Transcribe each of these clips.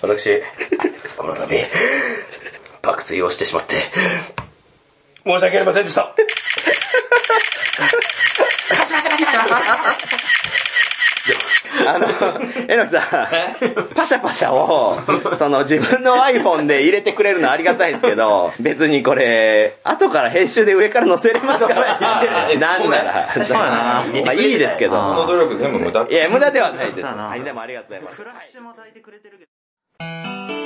私、この度、爆睡をしてしまって、申し訳ありませんでした。あの、えのきさん、パシャパシャを、その自分の iPhone で入れてくれるのありがたいんですけど、別にこれ、後から編集で上から載せれますから、なんなら、そうやなまあいいですけど、この努力全部無駄いや、無駄ではないです。そうやなはい、でもありがとうございます。も抱いてくれてるけど。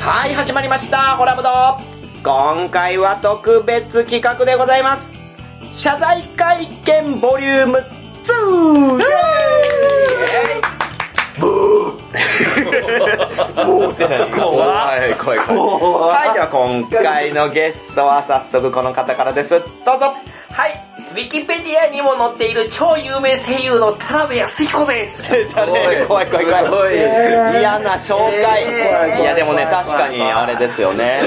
はい、始まりました、ホラボド今回は特別企画でございます謝罪会見ボリューム 2! イエーイはい、怖い怖い。はい、では今回のゲストは早速この方からです。どうぞはい、ウィキペディアにも載っている超有名声優の田辺康彦です。誰怖い怖い怖い。嫌な紹介。いやでもね、確かにあれですよね。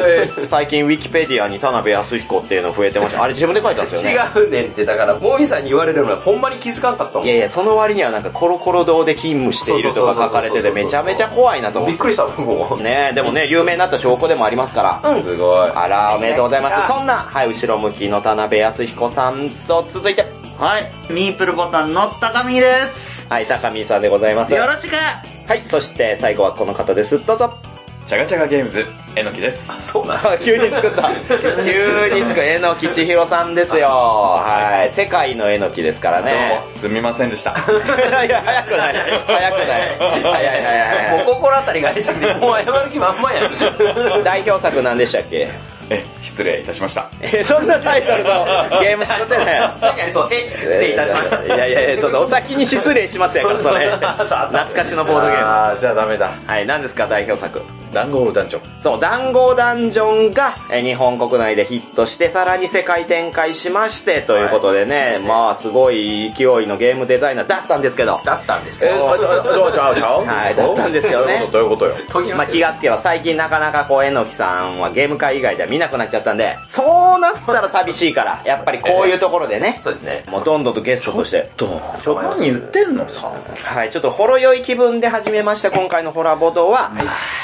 最近ウィキペディアに田辺康彦っていうの増えてました。あれ自分で書いたんですよね。違うねんって、だから、モーミンさんに言われるのはほんまに気づかんかったもんい。やいや、その割にはなんかコロコロ堂で勤務しているとか書かれててめちゃめちゃ怖いなと思びっっくりした、もて。ねえ、でもね、有名になった証拠でもありますから。すごい。あら、おめでとうございます。そんな、はい、後ろ向きの田辺康彦さんと続いて、はい、ミープルボタンの高見です。はい、高見さんでございます。よはろしくい、そして最後はこの方です。どうぞ。チャガチャガゲームズ、えのきです。う。そうな。あ 急に作った。急に作る、えのきちひろさんですよ。はい、世界のえのきですからね。すみませんでした。いや、早くない。早くない。早い早い早い。もう心当たりがありすぎて、もう謝る気満々やん。代表作なんでしたっけえ、失礼いたしました。え、そんなタイトルのゲーム作ってない。確かにそう、え、失礼いたしました。いやいやいや、ちょっとお先に失礼しますやから、それ。懐かしのボードゲーあー、じゃあダメだ。ム。はい、何ですか、代表作。談合団長。そう、談合ダンジョンがえー日本国内でヒットして、さらに世界展開しまして、ということでね、まあ、すごい勢いのゲームデザイナーだったんですけど、だったんですけえ、ど、あ、じゃあ、じゃあ、じゃあ、はいだったんですよねどういうことどういうことよ。まあ、気がつけば最近なかなかこう、えのきさんはゲーム会以外では見なくなっちゃったんで、そうなったら寂しいから、やっぱりこういうところでね、そうですね。もうどんどんとゲストとして、そこに言ってんのさ。はい、ちょっとほろ酔い気分で始めました今回のホラボドは、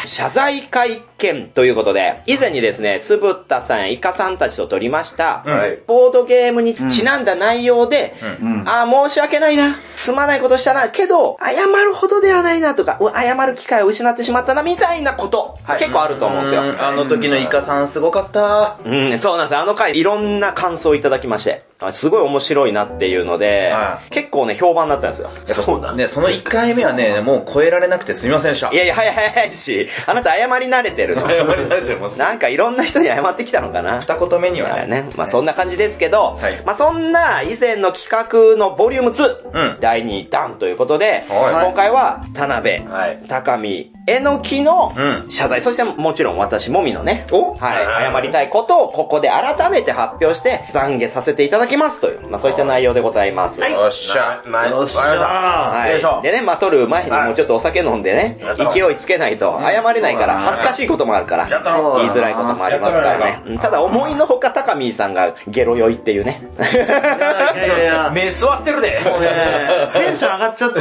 謝罪会見ということで、以前にですね、酢豚さん、イカさんたちと撮りました、はいボードゲームにちなんだ内容で、あー申し訳ないな、すまないことしたな、けど、謝るほどではないなとか、う謝る機会を失ってしまったな、みたいなこと、結構あると思うんですよ。あの時のイカさんすごかった。うん、そうなんですよ。あの回、いろんな感想をいただきまして、あすごい面白いなっていうのでは、結構ね、評判だったんですよ。そうなんね、その1回目はね、もう超えられなくてすみませんでした。いやいや、早い早いし、あなた謝り慣れてるの。謝り慣れてます。なんかいろんな人に謝ってきたのかな。二言目にだかはらね、まあそんな感じですけど、はいまあそんな以前の企画のボリューム2、うん第2弾ということで、はい今回は田辺、はい高見、えのきのうん謝罪、そしてもちろん私もみのね、おはい、謝りたいことをここで改めて発表して、懺悔させていただきますという、まあそういった内容でございます。はいよっしゃ。まあ、よっしはゃいよいしょ。でね、まあ、撮る前にもうちょっとお酒飲んでねやった、ろ勢いつけないと謝れないから、恥ずかしいこともあるから、言ったろいづらいこともありますからね。うんただ、思いのほか高見さんがゲロ酔いっていうね。いやいや目座ってるで。もうね、テンション上がっちゃって、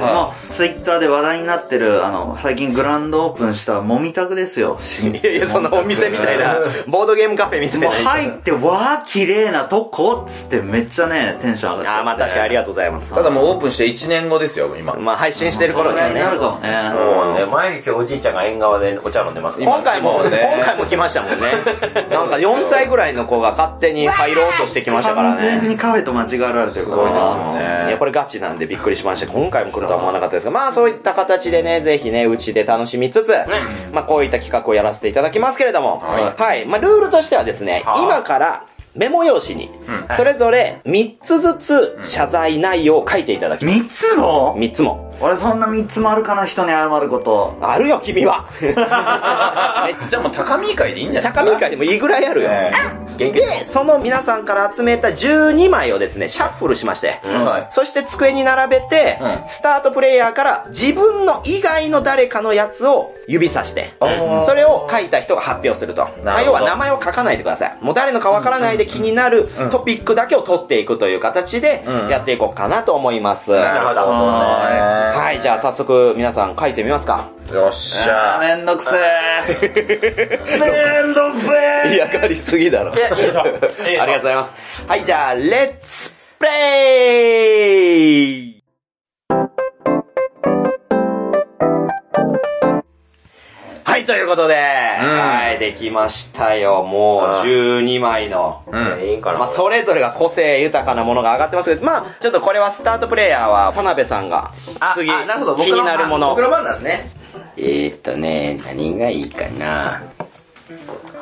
もう、ツイッターで話題になってる、あの、最近グランドオープンしたもみたくですよ。いやい や、そのお店みたいな、ボードゲームカフェみたいもうな。入って、わー、綺麗なとこっつってめっちゃね、テンション上がっちゃって。あーまあ確かにありがとうございます。ただもうオープンして1年後ですよ、今。まあ、配信してる頃にはになるね。かもね。もうね、前に今日おじいちゃんが縁側でお茶飲んでます。今回も、今今ね回も来ましたもんね。なんか4歳ぐらいの子が勝手に入ろうとしてきましたから完ね。全にカフェと間違えられてるからすごいですよねいや、これガチなんでびっくりしました。今回も来るとは思わなかったですが、まあそういった形でね、ぜひね、うちで楽しみつつ、まあこういった企画をやらせていただきますけれども、ははい。まあルールとしてはですね、はい今から、メモ用紙にう、それぞれ3つずつ謝罪内容を書いていただきま三つす。も3つも。俺そんな三つもあるかな、人に謝ること。あるよ、君 は。じゃあもう高見会でいいんじゃない高見会でもいいぐらいあるよ。えで、その皆さんから集めた12枚をですね、シャッフルしまして、えはい。そして机に並べて、うんスタートプレイヤーから自分の以外の誰かのやつを指さして、あそれを書いた人が発表すると。まあなる要ほどは名前を書かないでください。もう誰のかわからないで気になるうんトピックだけを取っていくという形でうんやっていこうかなと思います。なるほどね。はい、じゃあ早速皆さん書いてみます か。よっしゃあーめんどくせえ。めんどくせえ。嫌がりすぎだ ろ。あいりや、いいでしょ。いいでしょがとうございます。はい、じゃあ、レッツプレイはい、ということで、はい、できましたよ。もう12枚の。うん。いいんかな。まあ、それぞれが個性豊かなものが上がってますけど、まあ、ちょっとこれはスタートプレイヤーは、田辺さんが、あ次、あなるほど僕気のになるもあの僕。の番なんですね。えーっとね、何がいいかな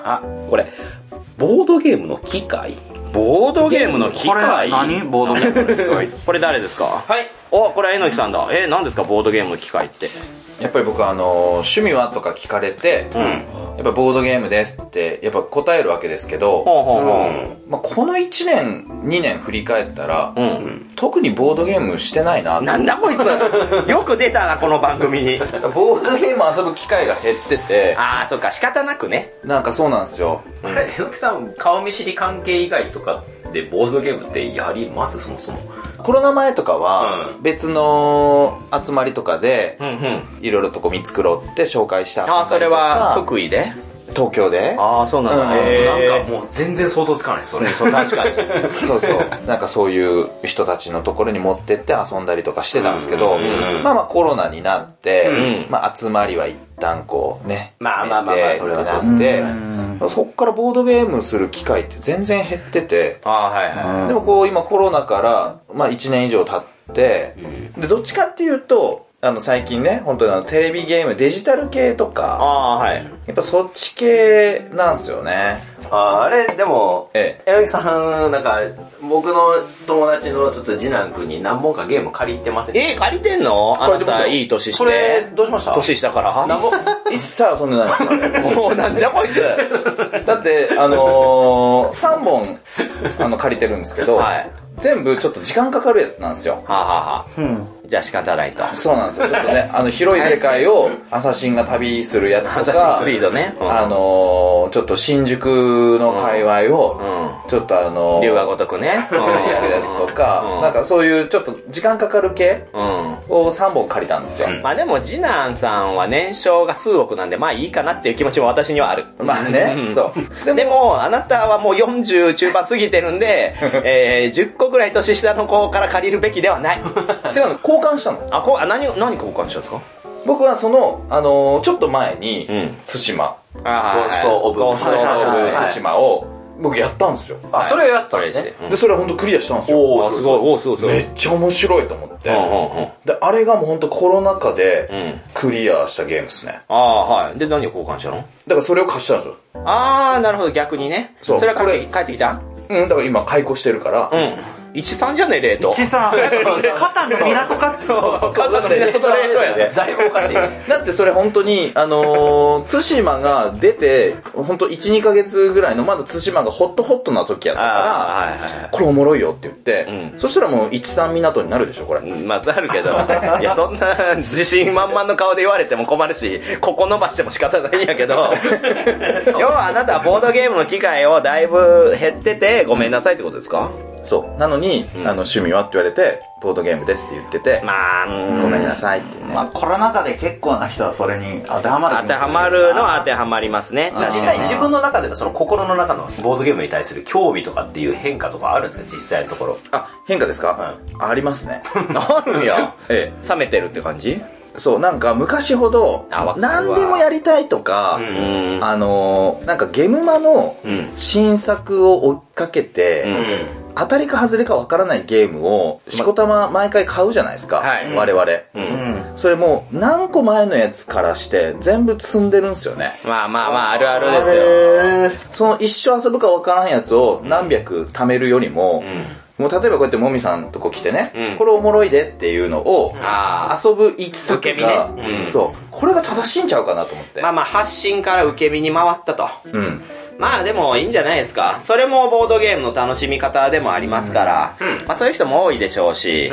あ、これ、ボードゲームの機械ボードゲームの機これ械何ボードゲームの機械 これ誰ですかはい。お、これはえのきさんだ。え、何ですかボードゲームの機械って。やっぱり僕あの、趣味はとか聞かれて、うん。やっぱボードゲームですって、やっぱ答えるわけですけほど、うほうほまあ、この1年、2年振り返ったら、う。うん。特にボードゲームしてないなってなんだこい つよく出たな、この番組に。ボードゲーム遊ぶ機会が減ってて、あー、そっか、仕方なくね。なんかそうなんですよ。あれ、えのきさん、顔見知り関係以外とかでボードゲームってやりますそもそも。コロナ前とかはう、別の集まりとかで、うんうん。いろいろとこう見繕って紹介した遊んだありとー、かそれは、福井で東京で。あー、そうなんだ。うんへーなんかもう全然想像つかないです、それ。そう、確かに。 そうそう。なんかそういう人たちのところに持ってって遊んだりとかしてたんですけど、うんうんうんまあまあコロナになって、うんまあ集まりは一旦こうね、まあまあまあまあ寝てそれはそうなってうんそっからボードゲームする機会って全然減ってて、あー、はいはい。でもこう今コロナから、まあ1年以上経って、で、どっちかっていうと、あの最近ね、本当にあのテレビゲーム、デジタル系とか、あー、はい。やっぱそっち系なんですよね。ああれ、でも、ええのきさん、なんか、僕の友達のちょっと次男君に何本かゲーム借りてませんえー、借りてんのあ借なりてますた、よいい年して。これ、どうしました年下から何本一切遊んでないですからね。 もうなんじゃこいつ。だって、あのー、3本、あの、借りてるんですけど、はい。全部ちょっと時間かかるやつなんですよ。はあ、はあはうん。あ、じゃあ仕方ないと。そうなんですよ。ちょっとね、あの、広い世界 をアサシンが旅するやつアとサシンかク、リードね。うんあのー、ちょっと新宿の界隈を、うちょっとあのん。ー、龍が如く ね。うんやるやつとか、うんなんかそういうちょっと時間かかる系うん。を3本借りたんですよ。まあでも、次男さんは年商が数億なんで、まあいいかなっていう気持ちも私にはあ る。まあねんそうでも、あなたはもう40中盤過ぎてるんで、 えー、10個ぐらい年下の子から借りるべきでは ない。違うの、交換したの。あ、こう、あ、何を、何交換したんですか僕はその、あのー、ちょっと前に、うん対馬、あゴーストオブゴーストはいオブはいはい対馬を、僕やったんですよ。あ、それをやったんですね。うんで、それは本当クリアしたんですよ。おー、すごい、おー、すごい、すごい。めっちゃ面白いと思って。うんうんで、あれがもう本当コロナ禍うん。でうん。クリアしたゲームですね。ああ、はい。で、何を交換したのだからそれを貸したんですよ。あー、なるほど、逆にね。そうれは帰ってこ帰ってきたうん、だから今解雇してるから。うん。13じゃねえ、レート。実は、肩の港かって。そう、家族だからでレートやで。だいぶおかし い。だってそれ本当に、あのー、対馬が出て、本当1、2ヶ月ぐらいの、まだ対馬がホットホットな時やったかああ、はいはいはいら、。これおもろいよって言って、うそしたらもう13港になるでしょ、これ。まあ、あるけど、いや、そんな自信満々の顔で言われても困るし、ここ伸ばしても仕方ないんやけど、要はあなたはボードゲームの機会をだいぶ減ってて、ごめんなさいってことですかそう。なのに、んあの、趣味はって言われて、ボードゲームですって言ってて、まあ、うんごめんなさいっていうね。まあ、コロナ禍で結構な人はそれに当てはまる。当てはまるのは当てはまりますね。実際自分の中でのその心の中のボードゲームに対する興味とかっていう変化とかあるんですか実際のところ。あ、変化ですか、ありますね。なるや。え冷めてるって感じえ。そう、なんか昔ほどあわ、かるわ何でもやりたいとか、うん。あのー、なんかゲムマのうん。新作を追っかけて、うん当たりか外れかわからないゲームを、しこたま毎回買うじゃないですか、はい我々。う。うんん。それもう何個前のやつからして全部積んでるんすよね。まあまあまあ、あるあるですよ。れその一生遊ぶかわからんやつを何百貯めるよりも、うん。もう例えばこうやってもみさんとこ来てね、うんこれおもろいでっていうのを、ああ。遊ぶ一作受けが、身ねうんそう、これが正しいんちゃうかなと思って。まあまあ、発信から受け身に回ったと。うん。まあでもいいんじゃないですか。それもボードゲームの楽しみ方でもありますから、まあそういう人も多いでしょうし、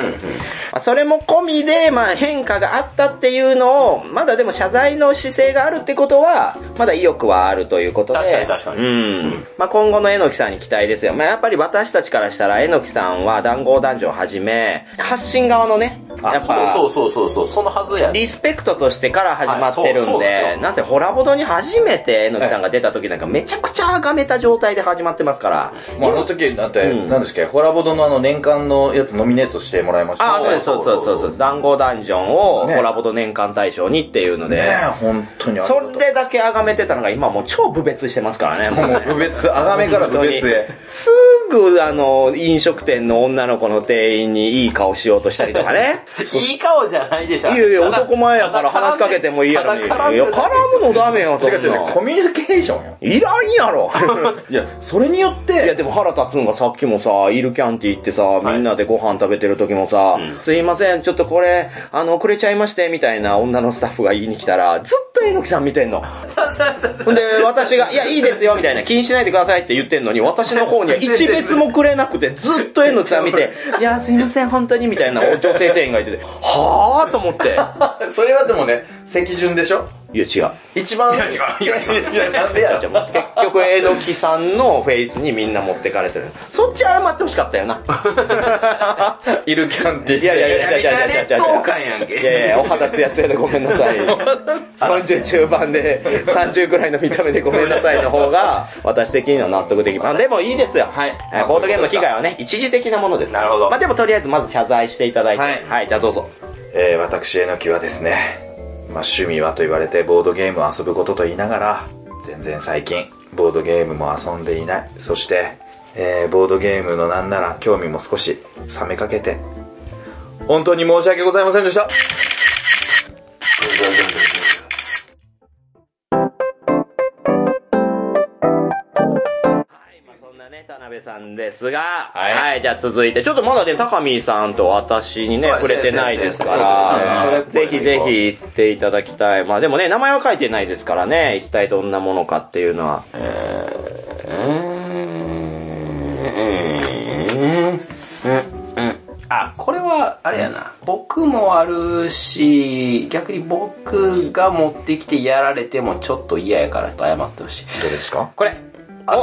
まあそれも込みで、まあ変化があったっていうのを、まだでも謝罪の姿勢があるってことは、まだ意欲はあるということで、確かに確かにうん。まあ今後のえのきさんに期待ですよ。まあやっぱり私たちからしたらえのきさんは談合男女をはじめ、発信側のね、やっぱ、そうそうそうそうそう、そのはずやね。リスペクトとしてから始まってはるんいそうそうですで、よなんせホラボドに初めてえのきさんが出た時なんかめちゃくちゃあがめた状態で始まってますから。もうあの時、だって、うんなんですか、ホラボドのあの年間のやつノミネートしてもらいました。ああ、そうです、そうそうそうそう。談合ダンジョンをねホラボド年間大賞にっていうのねで、え、本当にありがそとうれだけあがめてたのが今もう超部別してますからね、もうもうね。部別、あがめから部別へ。すぐあの、飲食店の女の子の店員にいい顔しようとしたりとかね。いい顔じゃないでしいょ。やいや、ただ男前やから話しかけてもいいやろに。いたや、だ絡んでるだけ絡むのダメよ、そん違う違う、コな。ミュニケーションよ。いらんやろいや、それによっいやて、でも腹立つんがさっきもさ、イルキャンティ行ってさ、みんなでご飯食べてる時もさ、すいません、ちょっとこれ、あの、くれちゃいまして、みたいな女のスタッフが言いに来たら、ずっとえのきさん見てんの。そうそうそうそう。ほんで、私が、いや、いいですよ、みたいな、気にしないでくださいって言ってんのに、私の方には一別もくれなくて、ずっとえのきさん見て、いや、すいません、本当に、みたいな女性店員がいてて、はぁーと思って、それはでもね、席順でしょいや、違う。一番、いや違ういや違ういやなんでや。じゃあ結局、えのきさんのフェイスにみんな持ってかれてる。そっち謝ってほしかったよな。いるキャンテ ィいやいやいめや、ちゃめちゃいやいやいやいやいや劣等感やんけいやいや、お肌ツヤツヤでごめんな さい。40中盤で30ぐらいの見た目でごめんなさいの方が、私的には納得できる。まあでもいいですよ。はい。ボードゲームの被害はね、一時的なものです。なるほどまあでもとりあえずまず謝罪していただいはて。いはい、じゃあどうぞ。えー、私、えのきはですね、まあ、趣味はと言われてボードゲームを遊ぶことと言いながら、全然最近、ボードゲームも遊んでいない。そして、えー、ボードゲームのなんなら興味も少し冷めかけて、本当に申し訳ございませんでした。はい、まあそんなね、田辺さんですが、はい、じゃあ続いて、ちょっとまだね、高見さんと私にね、触れてないですから、そうぜですひねぜひ行っていただきたい。まあでもね、名前は書いてないですからね、一体どんなものかっていうのは。あ、これは、あれやな。僕もあるし、逆に僕が持ってきてやられてもちょっと嫌やから謝ってほしい。どうですかこれ、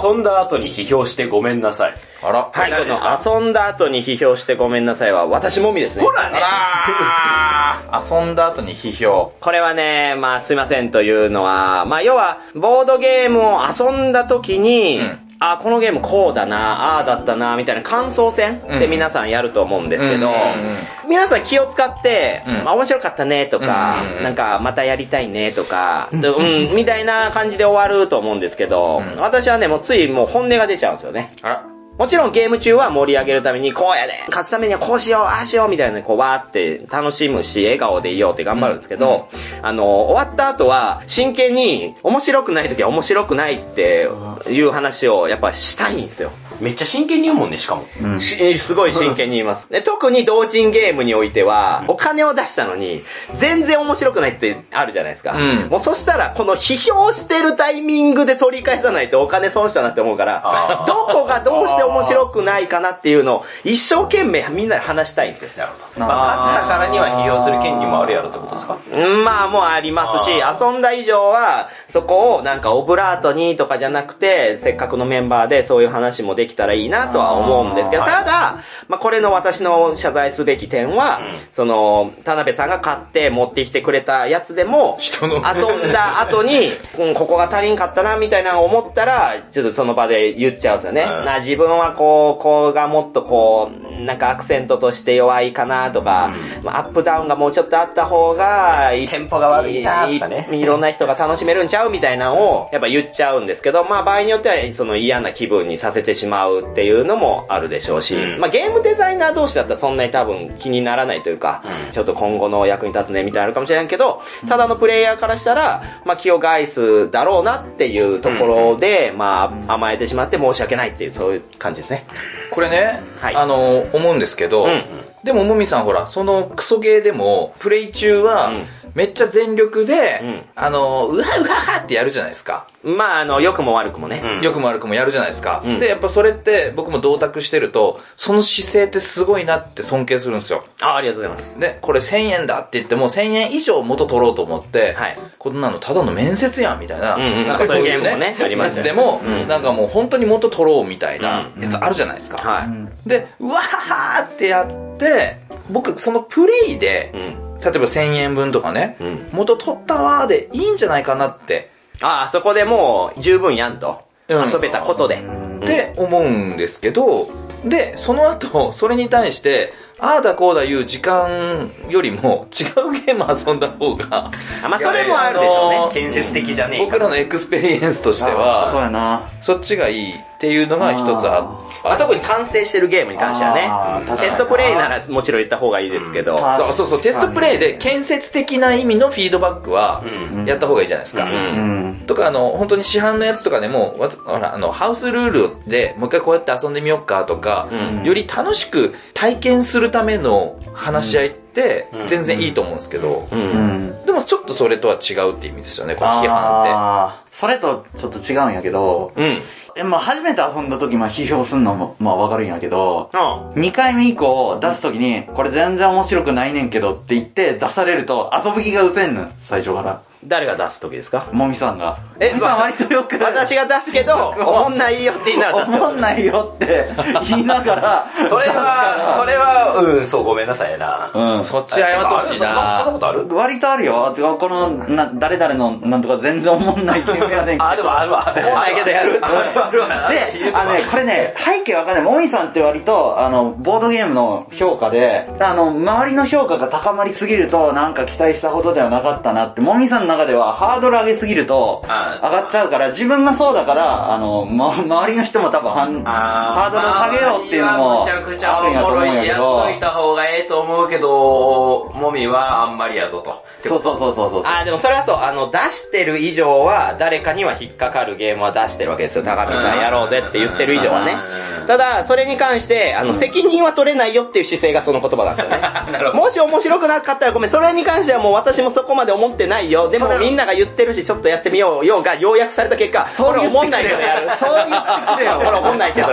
遊んだ後に批評してごめんなさい。あ ら。はい、何ですかこの遊んだ後に批評してごめんなさいは、私もみですね。ほらねあらー遊んだ後に批評。これはね、まあすいませんというのは、まあ要は、ボードゲームを遊んだ時に、うんあ、このゲームこうだな、ああだったな、みたいな感想戦って皆さんやると思うんですけど、うんうんうん皆さん気を使って、うんまあ面白かったねとか、うんうんうんなんかまたやりたいねとか、うん、みたいな感じで終わると思うんですけど、うん私はね、もうついもう本音が出ちゃうんですよね。あら。もちろんゲーム中は盛り上げるためにこうやで勝つためにはこうしよう、ああしようみたいなこうわーって楽しむし、笑顔でいようって頑張るんですけど、あの、終わった後は真剣に面白くない時は面白くないっていう話をやっぱしたいんですよ。めっちゃ真剣に言うもんね、しかも。し すごい真剣に言います。で特に同人ゲームにおいては、お金を出したのに、全然面白くないってあるじゃないですか。うんもうそしたら、この批評してるタイミングで取り返さないとお金損したなって思うからあ、ー どこがどうして面白くないかなっていうのを、一生懸命みんなで話したいんですなよ。るほど。まあ、勝ったからには批評する権利もあるやろってことですかうんまあもうありますし、あ遊んだ以上は、そこをなんかオブラートにとかじゃなくて、せっかくのメンバーでそういう話もできたらいいなとは思うんですけど、あーただ、まあこれの私の謝罪すべき点は、その、田辺さんが買って持ってきてくれたやつでも、人の遊んだ 後に、うん、ここが足りんかったな、みたいなのを思ったら、ちょっとその場で言っちゃうんですよね。うんな自分はこう、こうがもっとこう、なんかアクセントとして弱いかなとか、まあアップダウンがもうちょっとあった方が、いテンポが悪いなとかねいいいろんな人が楽しめるんちゃうみたいなのを、やっぱ言っちゃうんですけど、まあ場合によっては、その嫌な気分にさせてしまうっていうのもあるでしょうし、うんまあゲームデザイナー同士だったらそんなに多分気にならないというか、ちょっと今後の役に立つねみたいなのあるかもしれないけど、ただのプレイヤーからしたら、まあ気を害すだろうなっていうところで、まあ甘えてしまって申し訳ないっていう、そういう感じですね。これね、はいあの、思うんですけど、うんでも、もみさんほら、そのクソゲーでも、プレイ中は、うんめっちゃ全力で、うんあの、うわうわはってやるじゃないですか。まああの、良くも悪くもね。良くも悪くもやるじゃないですか。うんで、やっぱそれって僕も同卓してると、その姿勢ってすごいなって尊敬するんですよ。あ、ありがとうございます。で、これ1000円だって言っても1000円以上元取ろうと思って、はいこんなのただの面接やんみたいな、うんうんなんかそういうゲームもねありますよやつねでも、うんなんかもう本当に元取ろうみたいなうんやつあるじゃないですか。はうい。んで、うわはーってやって、僕そのプレイで、うん。例えば1000円分とかね、うん。元取ったわーでいいんじゃないかなって、ああ、そこでもう十分やんと。うん遊べたことで。って思うんですけど、で、その後、それに対して、ああだこうだいう時間よりも違うゲーム遊んだ方が、あまあそれもあるでしょうね。建設的じゃねえか僕らのエクスペリエンスとしてそうは、やな。そっちがいいっていうのが一つあっまあ、特に完成してるゲームに関してはあーね。確かテにストプレイならもちろん言った方がいいですけど。あーそうそうそう、テストプレイで建設的な意味のフィードバックはう、んやった方がいいじゃないですか。うんうん。とか、あの、本当に市販のやつとかでも、わたほら、あの、ハウスルールでもう一回こうやって遊んでみようかとか、うんより楽しく体験するための話し合いってうん全然いいと思うんですけど、うんう。ん。でもちょっとそれとは違うって意味ですよね、この批判っあーそれとちょっと違うんやけど、うん。えまあ初めて遊んだ時、まあ批評すんのも、まあわかるんやけど、あ2回目以降出す時に、これ全然面白くないねんけどって言って出されると遊ぶ気がうせんの、最初から。誰が出す時ですかもみさんが。えもみさんわ割とよく。私が出すけ ど、おもんないよって言いながら出す。思んないよって 言いながら、それは、それは、うん、そう、ごめんなさいな。うんて、そっち謝ってほあそんなそしいんななことある割とあるよ。てかこの、な、誰々のなんとか全然思んないっていうやねんけど。あ、でもあるわ。お前けどやるあるわ、あるわ。で、あのね、これね、背景わかんない。もみさんって割と、あの、ボードゲームの評価で、あの、周りの評価が高まりすぎると、なんか期待したほどではなかったなって、もみさんの中ではハードル上げすぎると、あ上がっちゃうから、自分がそうだから、あの、ま、周りの人も多分はん、ハードルを下げようっていうのも、むちゃくちゃあるおんやとも思ろうんいやし、けやっどとい、た方がええと思うけど、もみはあんまりやぞと。そうそうそうそうそう。あーでもそれはそう、あの、出してる以上は、誰かには引っかかるゲームは出してるわけですよ。高見さんやろうぜって言ってる以上はねう。んただ、それに関して、あの、責任は取れないよっていう姿勢がその言葉なんです よね。もし面白くなかったらごめん、それに関してはもう私もそこまで思ってないよ。でもみんなが言ってるし、ちょっとやってみようよが要約された結果、これ思んないけどやる。 そう言ってくれよ これ思んな いけど。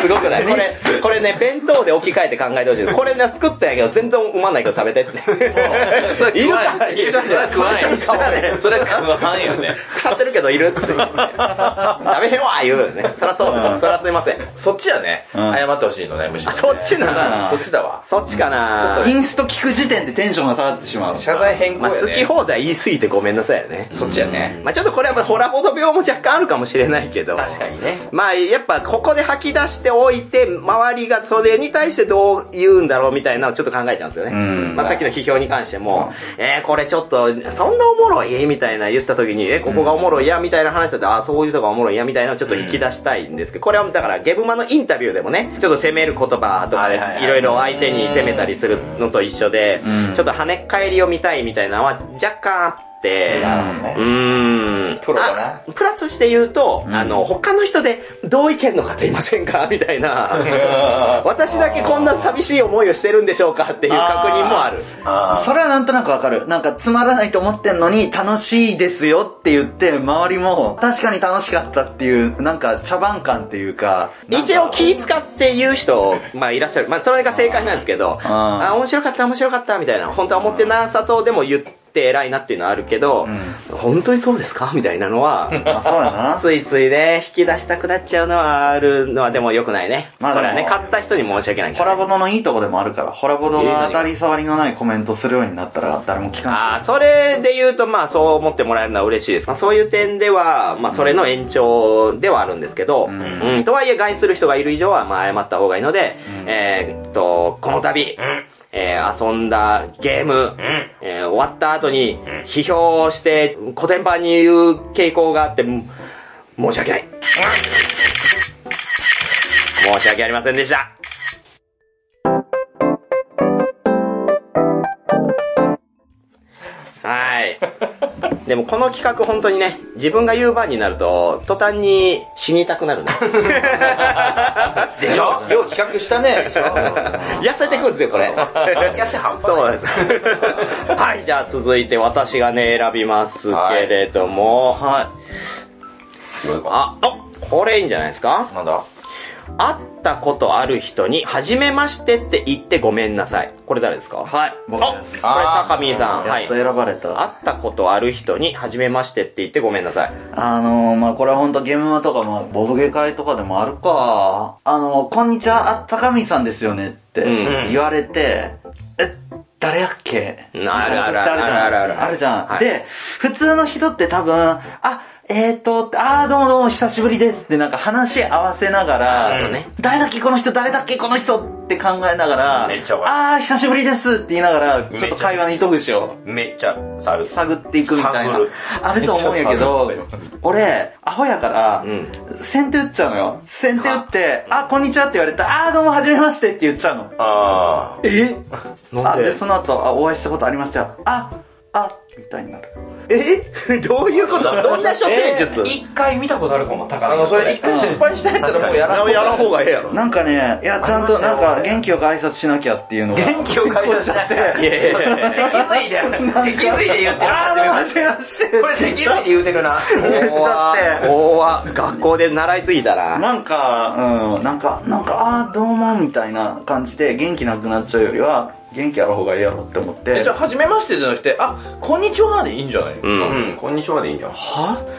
すごくないこれ、これね、弁当で置き換えて考えてほしい。これね、作ったんやけど、全然思わないけど食べ てって。いる かいるか食わないそれ食わんよね。腐ってるけどいるって。食べへんわ言うよね。そらそうです。そらすいません。そっちだね、うん謝ってほしいのね、むしろあ、ね、そっちなそっちだわ。そっちかなインスト聞く時点でテンションが下がってしまう。謝罪変更まやあね。好き放題言い過ぎてごめんなさいよね。そっちやね。まあちょっとこれはホラボド病も若干あるかもしれないけど。確かにね。まあやっぱここで吐き出しておいて、周りがそれに対してどう言うんだろうみたいなのをちょっと考えちゃうんですよね。んまあさっきの批評に関しても、えー、これちょっと、そんなおもろいみたいな言った時に、えー、ここがおもろいやみたいな話だったら、あー、そういうとこがおもろいやみたいなのをちょっと引き出したいんですけど、これはだからゲブマのインタビューでもね、ちょっと責める言葉とかではいはいはいいろいろ相手に責めたりするのと一緒で、ちょっと跳ねっ返りを見たいみたいなのは若干あって、うーん。プロだなあプラスして言うと、あの、他の人で、どう意見の方いませんか みたいな。私だけこんな寂しい思いをしてるんでしょうかっていう確認もある。それはなんとなくわかる。なんかつまらないと思ってんのに楽しいですよって言って、周りも確かに楽しかったっていう、なんか茶番感っていうか。一応気使って言う人、まあいらっしゃる。まあそれが正解なんですけど、あーあ、面白かった、面白かった、みたいな。本当は思ってなさそうでも言って偉いなっていうのはあるけど、本当にそうですかみたいなのは、 あ、そうだ な。ついついね、引き出したくなっちゃうのはあるのはでも良くないね。まあこれはね、でも買った人に申し訳ないけホどねラボドのいいとこでもあるから、ホラボドが当たり障りのないコメントするようになったら誰も聞かない。ああ、それで言うと、まあ、そう思ってもらえるのは嬉しいです。まあ、そういう点では、まあ、それの延長ではあるんですけど、うんん、とはいえ、害する人がいる以上は、まあ、謝った方がいいので、えーっと、この度、えー遊んだゲーム、えー終わった後に、批評をして、古典版に言う傾向があって、も申し訳ない。申し訳ありませんでした。はい。でもこの企画本当にね、自分が言う番になると、途端に死にたくなるね。でしょよう企画したね。痩せてくんですよ、これ。 痩せ半端ない。 そうです。はい、じゃあ続いて私がね、選びますけれども、はい。あ、おこれいいんじゃないですかなんだ会ったことある人に、はじめましてって言ってごめんなさい。これ誰ですかはい。お僕こでれす高見さん。はやっいと。選ばれた。会ったことある人に、はじめましてって言ってごめんなさい。あのー、まあ、これは本当ゲームマとかも、ボブゲ会とかでもあるか。あのー、こんにちは、あ、高見さんですよねってうん言われて、え、誰やっけうんあるあってるじゃんあるあるあるあるじゃん。はいで、普通の人って多分、あ、えーと、あーどうもどうも久しぶりですってなんか話合わせながら、そうね誰だっけこの人誰だっけこの人って考えながら、めっちゃわかるあー久しぶりですって言いながら、ちょっと会話の糸口をめっちゃ猿。探っていくみたいな探る。あると思うんやけどめっちゃ、俺、アホやからうん、先手打っちゃうのよ。先手打って、あ、こんにちはって言われたら、あ、どうも、はじめましてって言っちゃうの。あーなあ、んでで、その後、あ、お会いしたことありましたよ。あ、あ、みたいになる。え どういうことどんな処世術、一回見たことあるかも、高あ野の、それ一回失敗したやったらもうやらんやらん方がええやろ。なんかね、いや、ちゃんと、なんか、元気よく挨拶しなきゃっていうのが。元気を解説しない。いやいやいやいや脊髄で、脊髄で言ってる。あ、どうも、はじめまして。これ脊髄で言うてるな。怖だって怖学校で習いすぎたな。なんか、うん、なんか、なんか、あー、どうも、みたいな感じで、元気なくなっちゃうよりは、元気ある方がいいやろって思って。じゃあ、はじめましてじゃなくて、あ、こんにちはでいいんじゃないうんん。うん、こんにちはでいいんじゃん。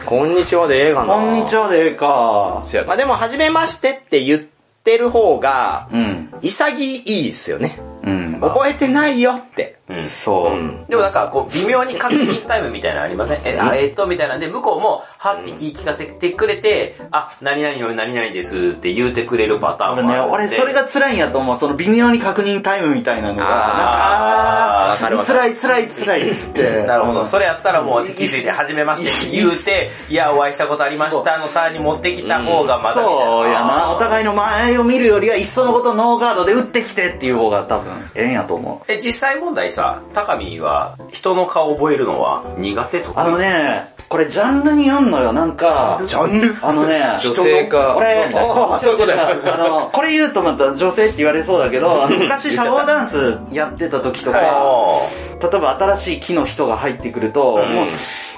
こんにちはで映画な。こんにちはでええか。せやまあでも、はじめましてって言ってる方が、うん。潔いっすよね。うん。覚えてないよって。そう。うんでもなんか、こう、微妙に確認タイムみたいなのありませんえ、あえっと、みたいなんで、向こうも、はって聞かせてくれて、あ、何々の何々ですって言うてくれるパター俺ンもあね、るんで。俺それが辛いんやと思う。その微妙に確認タイムみたいなのが、なんあーか、わかるわかる辛い辛い辛いっつって。 なるほうど。んそれやったらもう、席づいて、初めましてって言うて、いや、お会いしたことありましたのターンに持ってきた方がまだみたいな。そうやな。おあー互いの前を見るよりは、いっそのことノーガードで打ってきてっていう方が多分、ええんやと思う。え、実際問題さ、高見は、人の顔覚えるのは苦手とか。あのね、これジャンルによんのよ、なんか。ジャンルあのね、女性か俺、ああそういうことやあの、これ言うとまた女性って言われそうだけど、あの昔シャワーダンスやってた時とか、あ例えば新しい木の人が入ってくると、もう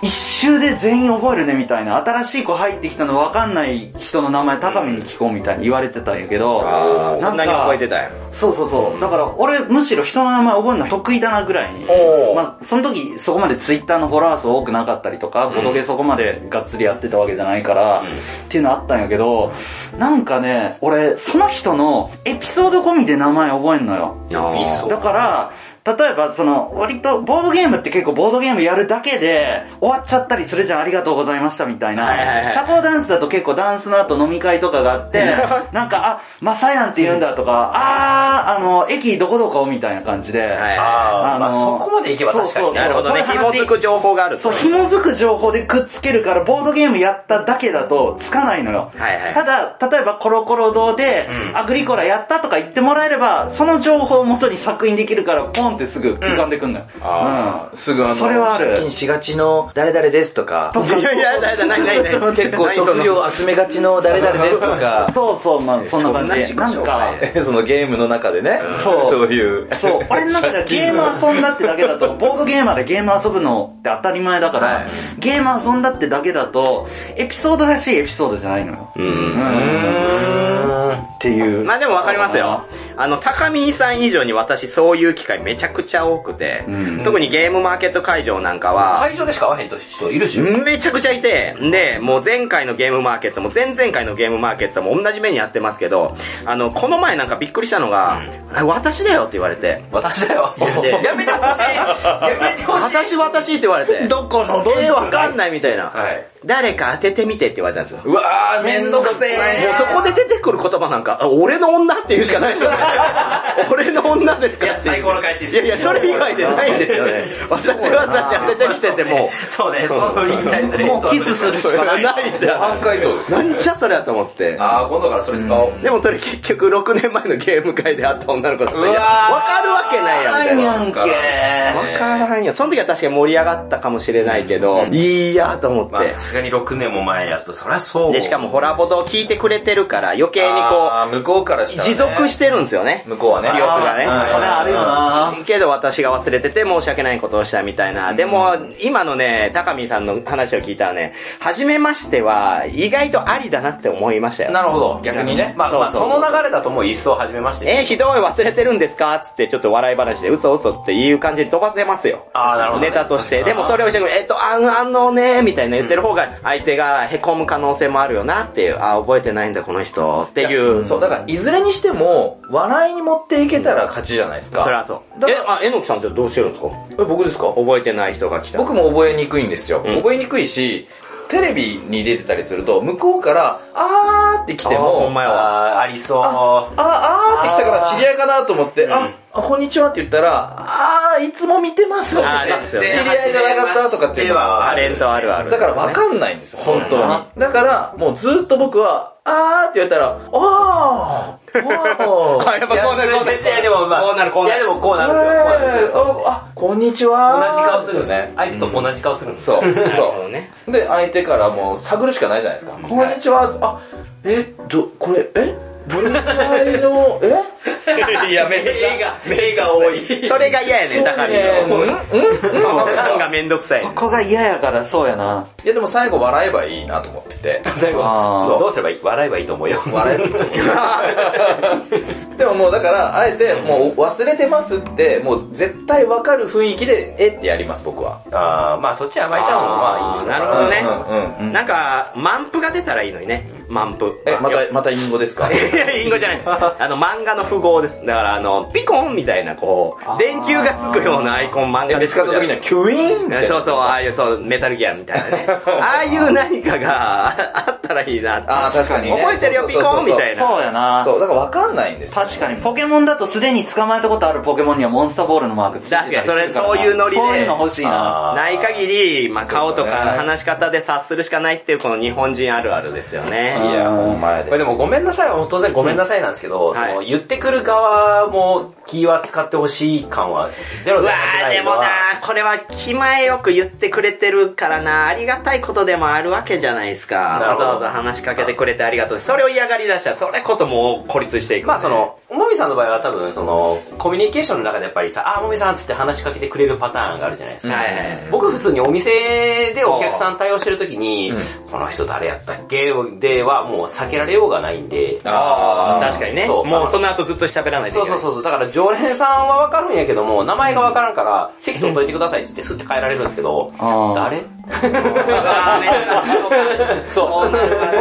一周で全員覚えるねみたいな、新しい子入ってきたの分かんない人の名前高めに聞こうみたいに言われてたんやけど、あーなそんんかなに覚えてたやん。そうそうそう。だから俺むしろ人の名前覚えるの得意だなぐらいに。おーまあその時そこまでツイッターのフォロワー数多くなかったりとか、ボドゲそこまでがっつりやってたわけじゃないから、っていうのあったんやけど、なんかね、俺その人のエピソード込みで名前覚えんのよ。あだから、例えばその、割とボードゲームって結構ボードゲームやるだけで終わっちゃったりするじゃん、ありがとうございましたみたいはいはいはな。い社交ダンスだと結構ダンスの後飲み会とかがあ って、なんか、あ、マサヤンって言うんだとか、あー、あの、駅どこどこみたいな感じで。はいあ。ああ、まああのそこまでいけば確かにそうそうなるほどそういね。う紐話づく情報があるとそう、紐づく情報でくっつけるから、ボードゲームやっただけだとつかないのよ。はいはいただ、例えばコロコロ堂で、アグリコラやったとか言ってもらえれば、その情報を元に作品できるから、ポンってすぐ浮かんでくんのよ。あーすぐあの、それはある借金しがちの誰々ですとか、とかいやいや、だいだ い、ないないない。結構何その職業集めがちの誰々ですとか、そうそう、まあそんな感じ。そんなな自己ん紹介か、そのゲームの中でね、そうそういう。そう、 俺の中ではゲーム遊んだってだけだと、ボードゲーマーでゲーム遊ぶのって当たり前だから、はいゲーム遊んだってだけだと、エピソードらしいエピソードじゃないのよ。うんうんっていう。まあでもわかりますよ。あの、高見さん以上に私そういう機会めちゃくちゃ多くて、うん特にゲームマーケット会場なんかは、会場でしか会わへんと人いるし。めちゃくちゃいて、で、もう前回のゲームマーケットも前々回のゲームマーケットも同じ目にやってますけど、あの、この前なんかびっくりしたのが、あ私だよって言われて、私だよ。やめてほしい。やめてほしい。私私って言われて、 どこのどえー、わかんないみたいな、はい。誰か当ててみてって言われたんですよ。 うわー、めんど くせもうそこで出てくる言葉なんか、あ俺の女って言うしかないですよね。俺の女ですかいやってう最高の返しですいやいや、それ以外でないんですよね。 私は私は出て見せても、 そうね、そのに対する。もうキスするしかない。ないん だ。半回答です。なんじゃそりゃと思って。ああ、今度からそれ使おう。でもそれ結局6年前のゲーム会で会った女の子だったいやうわーわかるわけないやんみたいな。やんけ。わからんよ。その時は確かに盛り上がったかもしれないけど、いいやと思って。まあ、さすがに6年も前やと、そりゃそう。で、しかもホラボドを聞いてくれてるから、余計にこあー向こうからしう、たらね持続してるんですよね。向こうはね。記憶がね。それあるよなけど私が忘れてて申し訳ないことをしたみたいな。でも、今のね、高見さんの話を聞いたらね、初めましては意外とありだなって思いましたよ。なるほど、逆にね。まあ、まあ、そうそそうそうの流れだともう一層始めましてね。えー、ひどい忘れてるんですかつってちょっと笑い話で嘘嘘っていう感じに飛ばせますよ。ああ、なるほどね。ネタとして。でもそれを一緒に、えっと、あんあのね、みたいな言ってる方が、相手が凹む可能性もあるよなっていう、あ、覚えてないんだこの人っていう。そう、だから、いずれにしても、笑いに持っていけたら勝ちじゃないですか。それはそう。だかえら、あ、えのきさんってどうしてるんですかえ僕ですか覚えてない人が来た。僕も覚えにくいんですよ。うん覚えにくいし、テレビに出てたりすると、向こうから、あーって来てあーほもん、まあやわ。あ、ありそう。あ、あーって来たから知り合いかなと思って、あ、あこんにちはって言ったら、あー、いつも見てますってあー言でっすて、よね知り合いがなかったとかっていうのあタれレントあるある。だから分かんないんですよ、本当に。だから、もうずっと僕は、あーって言ったら、 あー、あー、 あ、やっぱこうなる、こうなる。絶対でもまあ、こうなる、こうないやる。でもこうなるんですよ。こうなるんですよ。ああ、こんにちは同じ顔するんでですね。。相手と同じ顔するんです。そう、なるほそどね。う。で、相手からもう探るしかないじゃないですか。こんにちは、あ、え、ど、これ、えどれくらいの、え いや、めんどくさ映画、映画多い。い。 それが嫌やねん、高見うんの。う んその感がめんどくさいねこ。こが嫌やから、そうやな。いやでも最後笑えばいいなと思って て。最後あ ーそうどうすればいい笑えばいいと思うよ。笑えると思う。 でももうだから、あえてもう忘れてますって、もう絶対わかる雰囲気で、えってやります僕は。ああ、まあそっちに甘えちゃうのもまあいいですなるほどねうんうんうん。なんか、満腹が出たらいいのにね。満腹。え、また、また隠語ですかいや、 インゴじゃない。あの、漫画の符号です。だから、あの、ピコンみたいな、こう、電球がつくようなアイコン漫え画見でつかった時にはキュイーンって。そうそう、ああいう、そう、メタルギアみたいな ね。ああいう何かが ああったらいいなって。あー確かにね覚えてるよ、ピコンみたいな。そうやな。 そう、だからわかんないんですよ。確かに、ポケモンだとすでに捕まえたことあるポケモンにはモンスターボールのマークついてたりするらな確かにそれそういうノリでそういうの欲しいな。あーない限り、まあ、顔とかそうだね話し方で察するしかないっていう、この日本人あるあるですよいね。や、お前これでで。もごめんなさいは当然ごめんなさいなんですけど、んはいその言ってくる側も気は使ってほしい感はゼロうでわはなくー、ないでのもはなー、これは気前よく言ってくれてるからな、ありがたいことでもあるわけじゃないですなか。るわほざどわざ話しかけてくれてありがとうです。それを嫌がり出したら、それこそもう孤立していく、まあそ、の、もみさんの場合は多分その、コミュニケーションの中でやっぱりさ、あー、もみさんっつって話しかけてくれるパターンがあるじゃないですはか。いはいはい。僕普通にお店でお客さん対応してる時に、この人誰やったっけではもう避けられようがないんで、あー確かにね。そうもうその後ずっと喋らないとそいうけなそ。いそううそう。だから常連さんはわかるんやけども、名前がわからんから、席取っといてくださいって言ってスッて帰られるんですけど、あー誰あーめんどくさいそ うかそう。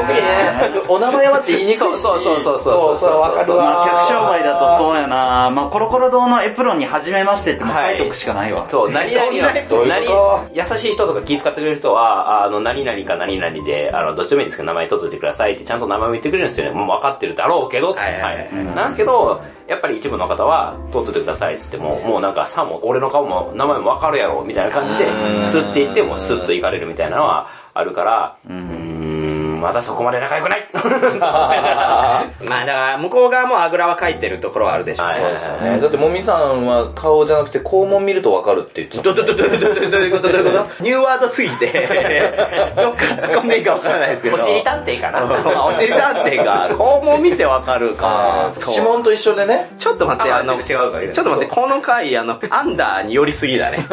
特にね、お名前はって言いにくいし。そうそうそうそうそうそう、そうわかるまわ。あ、客商売だとそうやな。まあ、コロコロ堂のエプロンに始めましてってもう書いとくしかないわ。そう、何々どを、ういうこ何、優しい人とか気遣ってくれる人は、あの、何々か何々で、あの、どっちでもいいですけど、名前取っといてくださいって、ちゃんと名前を言ってくれるんですよね。もう分かってるだろうけど、はいはいはいなんですけど、やっぱり一部の方は、取っといてくださいって言っても、もうなんか、さも、俺の顔も、名前も分かるやろ、みたいな感じでうん、スッて言って、もうスッと行かれるみたいなのはあるから、うーん、まだそこまで仲良く ないまあだから、向こう側もあぐらはかいてるところはあるでしょうね。はいそうですよね。だってもみさんは顔じゃなくて肛門見るとわかるって言ってたど、ど、ど、ど、ど、ど、ど、どういうことどういうことニューワードすぎて、どっから突っ込んでいいかわからないですけど。お尻探偵かなあお尻探偵か。 肛門見てわかるか。そう指紋と一緒でね。ちょっと待って、あの、ちょっと待って、この回、あの、アンダーに寄りすぎだ ね。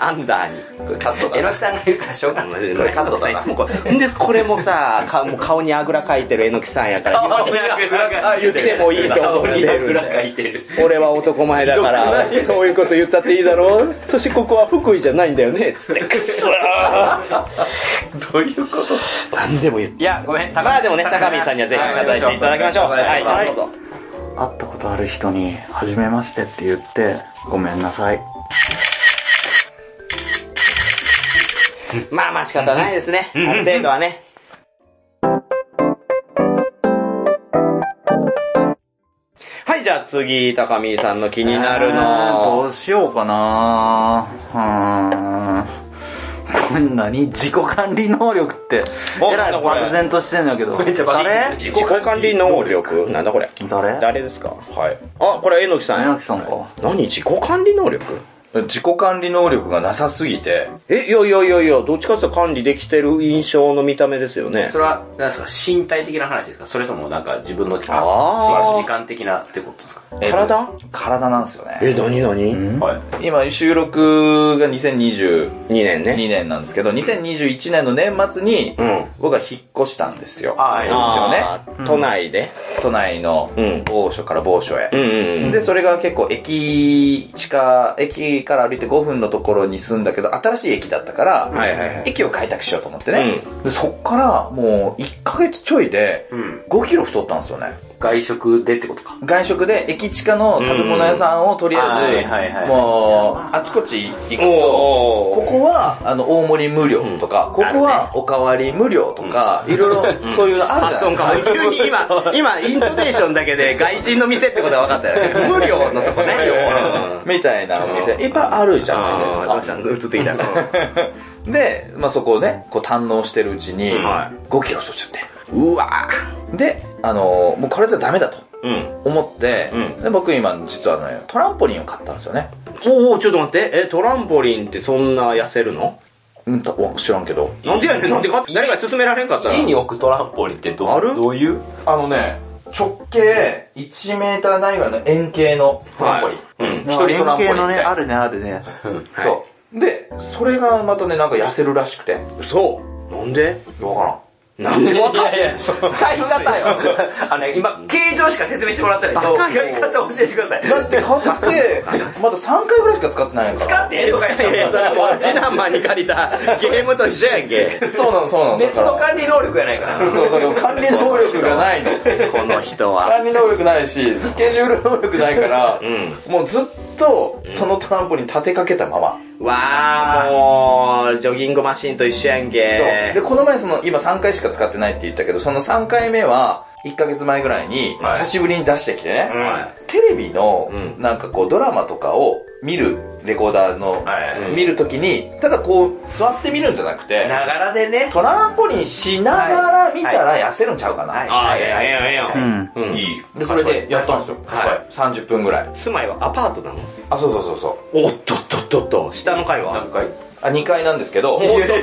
アンダーに。カットえだ。のきさんがいるからしょうがない。これカットさんいつもこれ。んで、これもさ、かもう顔にあぐらかいてるえのきさんやから、顔にあぐらかいてる言ってもいいと思って顔にあるぐんらだかよいてる。俺は男前だから、そういうこと言ったっていいだろうそしてここは福井じゃないんだよね、つって、くっそーどういうこと何でも言って。いや、ごめん、まあでもね、高見さんにはぜひ謝罪していただきましょう。はいはい、どうぞ。会ったことある人に、はじめましてって言って、ごめんなさい。まあまあ仕方ないですね。ある程度はね。ははい、じゃあ次、高見さんの気になるえーどうの。しようかなうーん。これ何自己管理能力って。おえらなんいだこれ漠然としてんだけど。めっちゃバカ誰自己管理能力なんだこれ誰誰ですかはい。あ、これ、えのきさんやえのきさんか。何自己管理能力自己管理能力がなさすぎて、え、いやいやいやいや、どっちかっていうと管理できてる印象の見た目ですよねそ。れは、なんですか身体的な話ですかそれともなんか自分の時間あー時間的なってことですかえっと体体なんですよね。え、何何 ?2 はい。今、収録が2022年ね。年なんですけど、2021年の年末にう、ん。僕は引っ越したんですよ。はいあー都内で。都内のうん某所から某所へう。んうんうん。で、それが結構駅地下、駅から歩いて5分のところに住んだけど、新しい駅だったから、はいはいはい。駅を開拓しようと思ってね。でそっからもう1ヶ月ちょいでうん。 5キロ太ったんですよね。外食でってことか。外食で駅地下の食べ物屋さんをとりあうんはいはいえはず、いもうあちこち行くと、おここは、あの、大盛り無料とか、ここはおかわり無料とか、いろいろそういうのある発じゃ音かないもですか。急に今、今、イントネーションだけで外人の店ってことは分かった よね。無料のとこね。みたいなお店、いっぱいあるじゃないですあーどうしか。た映ってきた。で、まあそこをね、こう堪能してるうちに、は5キロ太っちゃって。うわで、あのーもうこれじゃダメだとーうん。思って、うんで僕今実はね、トランポリンを買ったんですよね。おおちょっと待って。え、トランポリンってそんな痩せるのうんと、お知らんけど。なんでやねん、なんでか誰が勧められんかったの家に置くトランポリンってどあうるどういうあのね、直径1メーターないぐらいの円形のトランポリン。うん。一人トランポリン円形のね、みたいなあるね、あるね。そう。で、それがまたね、なんか痩せるらしくて。そう。なんでわからん。なんで分かっいやいや使い方よ。あの、今、形状しか説明してもらってないけど、高いよ使い方教えてください。だって買って、まだ3回ぐらいしか使ってないのから。使ってとか言って いやいやそれもう次男マンに借りたゲームと一緒やんけ。そうなの、そうなの。だ別かのら。管理能力やないから。そう、だから管理能力がないの。この人は。管理能力ないし、スケジュール能力ないから、うん。もうずっとそのトランポリン立てかけたまま。わー、もう、ジョギングマシンと一緒やんそう。で、け。この前その、今3回しか使ってないって言ったけど、その3回目は、1ヶ月前ぐらいに、はい久しぶりに出してきてね、はテレビのう、なんかこう、ドラマとかを見る、レコーダーの、はい見るときに、ただこう、座って見るんじゃなくて、ながらでね。トランポリンしながら見たら痩せるんちゃうかな。はいあー、ええやんええやうんん。ええやん。うん。いい。で、それでやったんですよ。はい30分ぐらい。住まいはアパートなのあ、そうそうそうそう。おっとっとっとっと。下の階は回あ、2階なんですけど、おっとっとっとっ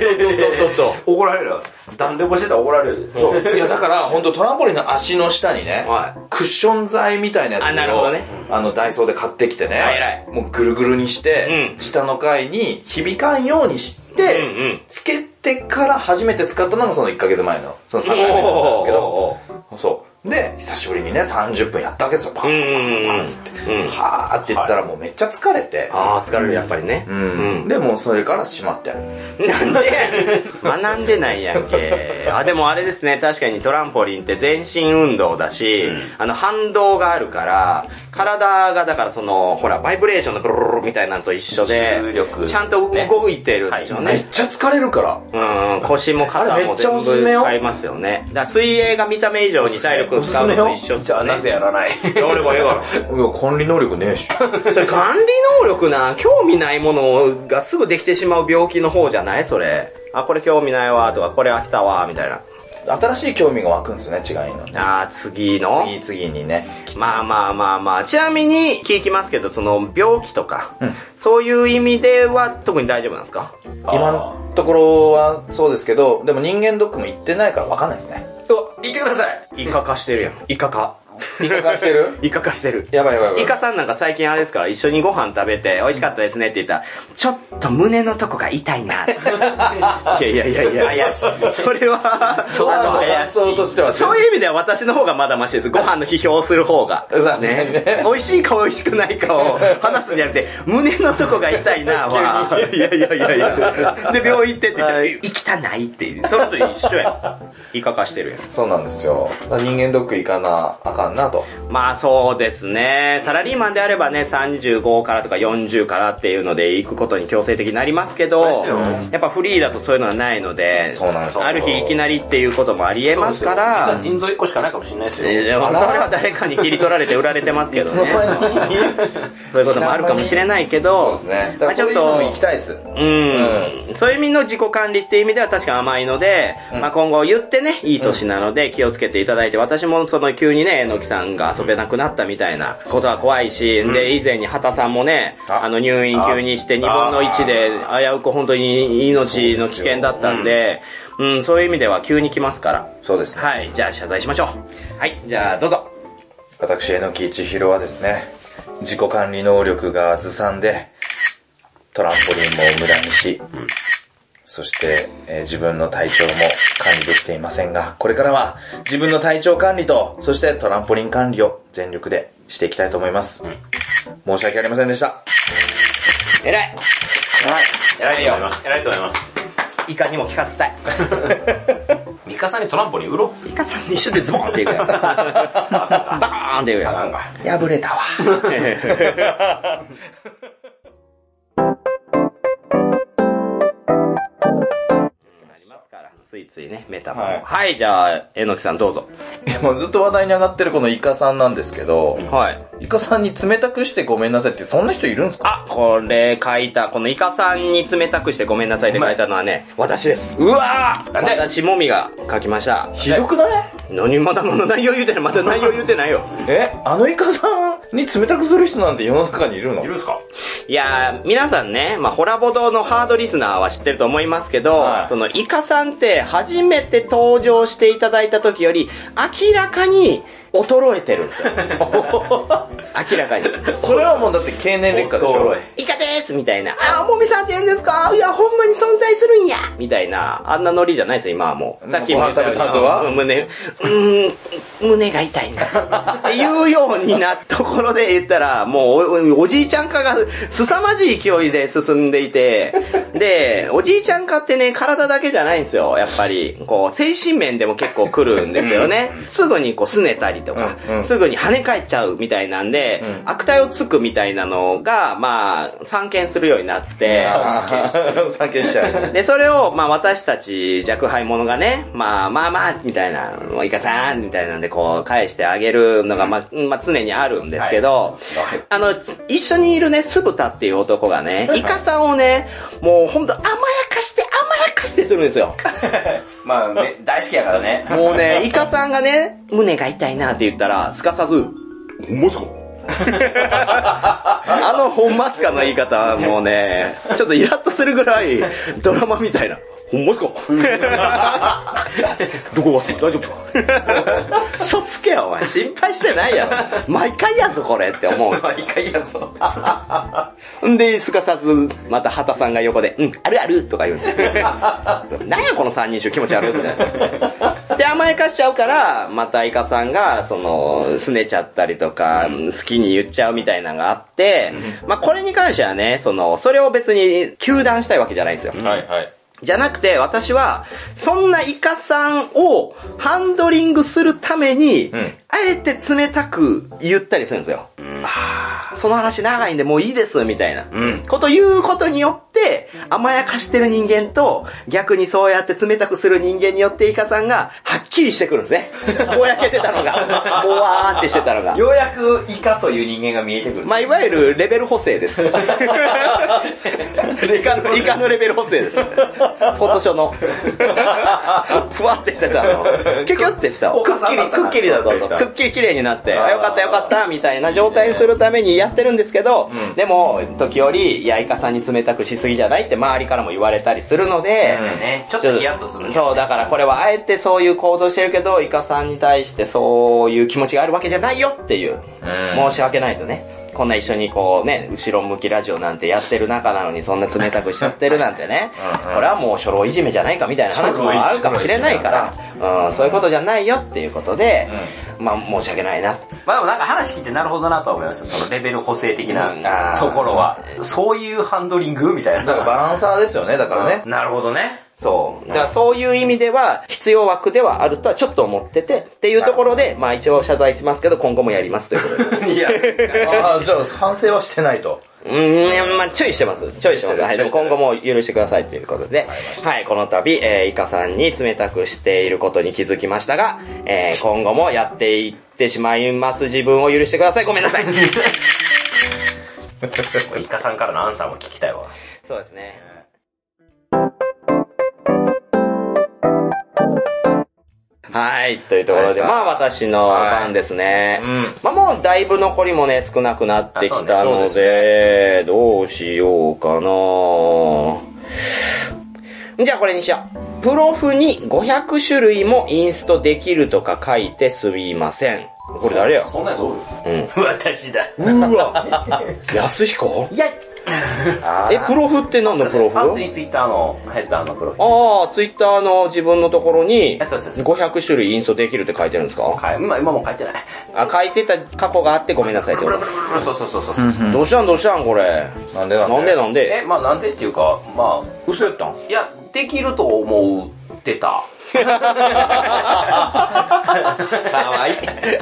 とっ怒られるよ。断でもしてたら怒られる。そう。いや、だから、本当トランポリンの足の下にねと。、はい。クッション材みたいなやつをあなるほどねあの、ダイソーで買ってきてね、はいはいもうぐるぐるにして、う下の階に響かんようにして、うんうんつけてから初めて使ったのがその1ヶ月前の、その3回目だったんですけど、そう。で、久しぶりにね、30分やったわけですよ、パンパンパンパンっつって。うんうんうんはーって言ったらもうめっちゃ疲れて、ああ、疲れる、やっぱりね。うん。で、もうそれからしまってある。なんでやねん学んでないやんけ。あ、でもあれですね、確かにトランポリンって全身運動だし、あの反動があるから、体がだからその、ほら、バイブレーションのブルルルルみたいなのと一緒で、重力ちゃんと動いてるでしょうめねっ。ちゃ疲れ るから。うん、腰もあ肩れめもっちゃお全すす部めよ使いますよね。だから水泳が見た目以上に体力を使うのと一緒っすじゃよあなね。ぜやらない俺もええわ。いや、管理能力ねえし。それ管理能力な、興味ないものがすぐできてしまう病気の方じゃないそれ。あ、これ興味ないわ、とか、これ飽きたわ、みたいな。新しい興味が湧くんですよね、違いのね。あー、次の次々にね。まあまあまあまあ。ちなみに、聞きますけど、その、病気とか、うんそういう意味では特に大丈夫なんですか今のところはそうですけど、でも人間ドックも行ってないからわかんないですね。言ってください。イカ化してるやん。イカ化。イカ化してるイカ化してる。やばいやばいやばい。イカさんなんか最近あれですから、一緒にご飯食べて、美味しかったですねって言ったら、ちょっと胸のとこが痛いな。いやいやいやいや、怪しい。それは、そうあのあの感想としては、そういう意味では私の方がまだマシです。ご飯の批評をする方が。確かにね美味しいか美味しくないかを話すんじゃなくて、胸のとこが痛いなはいやいやいやいや。で、病院行ってって言って、え行きたないっていう。それと一緒やん。いかかしてるやん。そうなんですよ。人間ドック行かなあかんんなと。まあそうですね。サラリーマンであればね、35からとか40からっていうので行くことに強制的になりますけど、やっぱフリーだとそういうのはないので、そうなんですよある日いきなりっていうこともありえますか実はら、腎臓1個しかないかもしれないですよ。えーでもそれは誰かに切り取られて売られてますけどね。そういうこともあるかもしれないけど、ねまあだからちそょうっいうのも行とき、たいです。うん、そういう意味の自己管理っていう意味では確か甘いので、まあ今後言ってね、いい年なので気をつけていただいて、私もその急にね、えのきさんが遊べなくなったみたいなことは怖いし、で、以前に畑さんもね、ああの入院急にして2分の1で危うく本当に命の危険だったんで、うん、そういう意味では急に来ますから。そうですね。はい、じゃあ謝罪しましょう。はい、じゃあどうぞ。私、えのきちひろはですね、自己管理能力がずさんで、トランポリンも無駄にし、そして、えー自分の体調も管理できていませんが、これからは自分の体調管理と、そしてトランポリン管理を全力でしていきたいと思います。申し訳ありませんでした。えらい偉いと思います。偉いと思います。イカにも聞かせたい。ミカさんにトランポリン売ろイカさんと一緒でズボンっていく やん。バーンっていくやん。なんか。破れたわ。ついついね、メタバも。 はい、じゃあ、えのきさんどうぞ。もうずっと話題に上がってるこのイカさんなんですけど、はい。イカさんに冷たくしてごめんなさいって、そんな人いるんですかあ、これ書いた、このイカさんに冷たくしてごめんなさいって書いたのはね、私です。うわなんで私もみが書きました。ひどくない何まだまだ内容言うてない、まだ内容言うてないよ。え、あのイカさんに冷たくする人なんて世の中にいるのいるんすかいやー、皆さんね、まあ、ホラボドのハードリスナーは知ってると思いますけど、はいその、イカさんって初めて登場していただいた時より、明らかに衰えてるんです よ。明らかに。それはもうだって経年劣化でしょ。イカでーすみたいな。あー、もみさんって言うんですかいや、ほんまに存在するんやみたいな、あんなノリじゃないですよ、今はもう。さっきも言ったようにご飯食べた後はうん胸、うーん、胸が痛いな。っていうようになったところで言ったら、もうお、おおじいちゃん化が凄まじい勢いで進んでいて、で、おじいちゃん化ってね、体だけじゃないんですよ、やっぱり。こう、精神面でも結構来るんですよね。すぐにこう、拗ねたりとか、うんうんすぐに跳ね返っちゃうみたいなんで、うん悪態をつくみたいなのが、まあ、散見するようになって、酒しちゃう。で、それを、まあ私たち弱敗者がね、まあまあまあ、みたいな、もうイカさん、みたいなんでこう返してあげるのが、まあ、まあ常にあるんですけど、あの、つ一緒にいるね、酢豚っていう男がね、イカさんをね、もうほんと甘やかして、甘やかしてするんですよ。まあ、ね 大好きやからね。もうね、イカさんがね、胸が痛いなって言ったら、すかさず、ほんまっすか あの、ほんますかの言い方はもうね、ちょっとイラッとするぐらい、ドラマみたいな。ほんまっすかどこが大丈夫か 嘘つけよ、お前。心配してないやろ。毎回やぞ、これって思うんですよ一回やぞ。んで、すかさず、また畑さんが横で、うん、あるあるとか言うんですよ。なんやこの三人衆気持ち悪いみたいな。で、甘やかしちゃうから、またイカさんが、その、拗ねちゃったりとか、好きに言っちゃうみたいなのがあって、まあこれに関してはね、その、それを別に、糾弾したいわけじゃないんですよ。はいはい。じゃなくて、私は、そんなイカさんをハンドリングするために、んあえて冷たく言ったりするんですよ。あーその話長いんでもういいです、みたいな。うん。こと言うことによって、甘やかしてる人間と、逆にそうやって冷たくする人間によってイカさんが、はっきりしてくるんです ね。ぼやけてたのが、ぼわーってしてたのが。ようやくイカという人間が見えてくる。まあ、いわゆるレベル補 正です。イカの、イカのレベル補正です。フォトショの。ふわってしてたの。キュキュってしたの。効く果っき三だり、ったなくっきりだぞと。くっきり綺麗になって、あよかったよかった、みたいな状態にするためにやってるんですけど、でも、時折、いや、イカさんに冷たくしすぎじゃないって周りからも言われたりするので、ね、ちょっとヒヤッとするね。そう、だからこれはあえてそういう行動してるけど、イカさんに対してそういう気持ちがあるわけじゃないよっていう。うん。申し訳ないとね。こんな一緒にこうね、後ろ向きラジオなんてやってる中なのにそんな冷たくしちゃってるなんてねうんうん。これは もう初老いじめじゃないかみたいな話もあるかもしれないから、うん、そういうことじゃないよっていうことで、まあ申し訳ないな。まあでもなんか話聞いてなるほどなとは思いました。そのレベル補正的なあーところは。そういうハンドリングみたいだからな。バランサーですよね、だからね。なるほどね。そう。だからそういう意味では、必要枠ではあるとはちょっと思ってて、っていうところで、まあ一応謝罪しますけど、今後もやりますということで。いや、ああ、じゃあ反省はしてないと。うーん、まあ注意してます。注意してます。はい、注意してる今後も許してくださいということで。はい、この度、えー、イカさんに冷たくしていることに気づきましたが、えー、今後もやっていってしまいます自分を許してください。ごめんなさい。イカさんからのアンサーも聞きたいわ。そうですね。はい、というところで、はいまあ私の番ですね。うん。まあもうだいぶ残りもね、少なくなってきたのあそうで、どうしようかなじゃあこれにしよう。プロフに500種類もインストできるとか書いてすみません。これ誰やそんなやつおるうん。私だ。うわ安彦いやえ、プロフって何のプロフあ、ツイッターのヘッダーのプロフィール。ああ、ツイッターの自分のところに、あそうそうそう500種類インストできるって書いてるんですかはい、今、今もう書いてない。あ、書いてた過去があってごめんなさいってことそうそうそうそう。どうしたんどうしたんこれ。なんでなんでなんでなんでえ、まあなんでっていうか、まあ、嘘やったんいや、できると思ってた。か わいい。